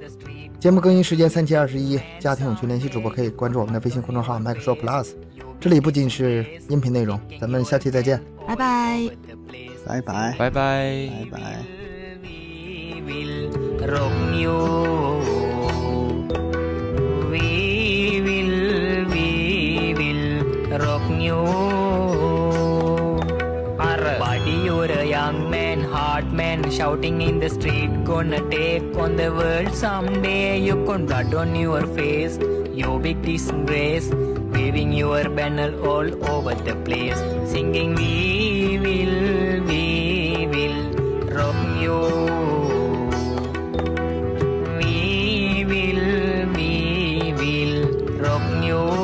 节目更新时间三七二十一，家庭有群联系主播可以关注我们的微信公众号麦克说 Plus，这里不仅是音频内容，咱们下期再见。拜拜。 the place 拜拜，拜拜。拜拜。 We will roam you. We will, we will rock you. Our body, you're a young man, hard man, shouting in the street. Gonna take on the world someday. You got blood on your face, you big disgrace. Waving your banner all over the place, singing, We will, we will rock you. We will, we will rock you.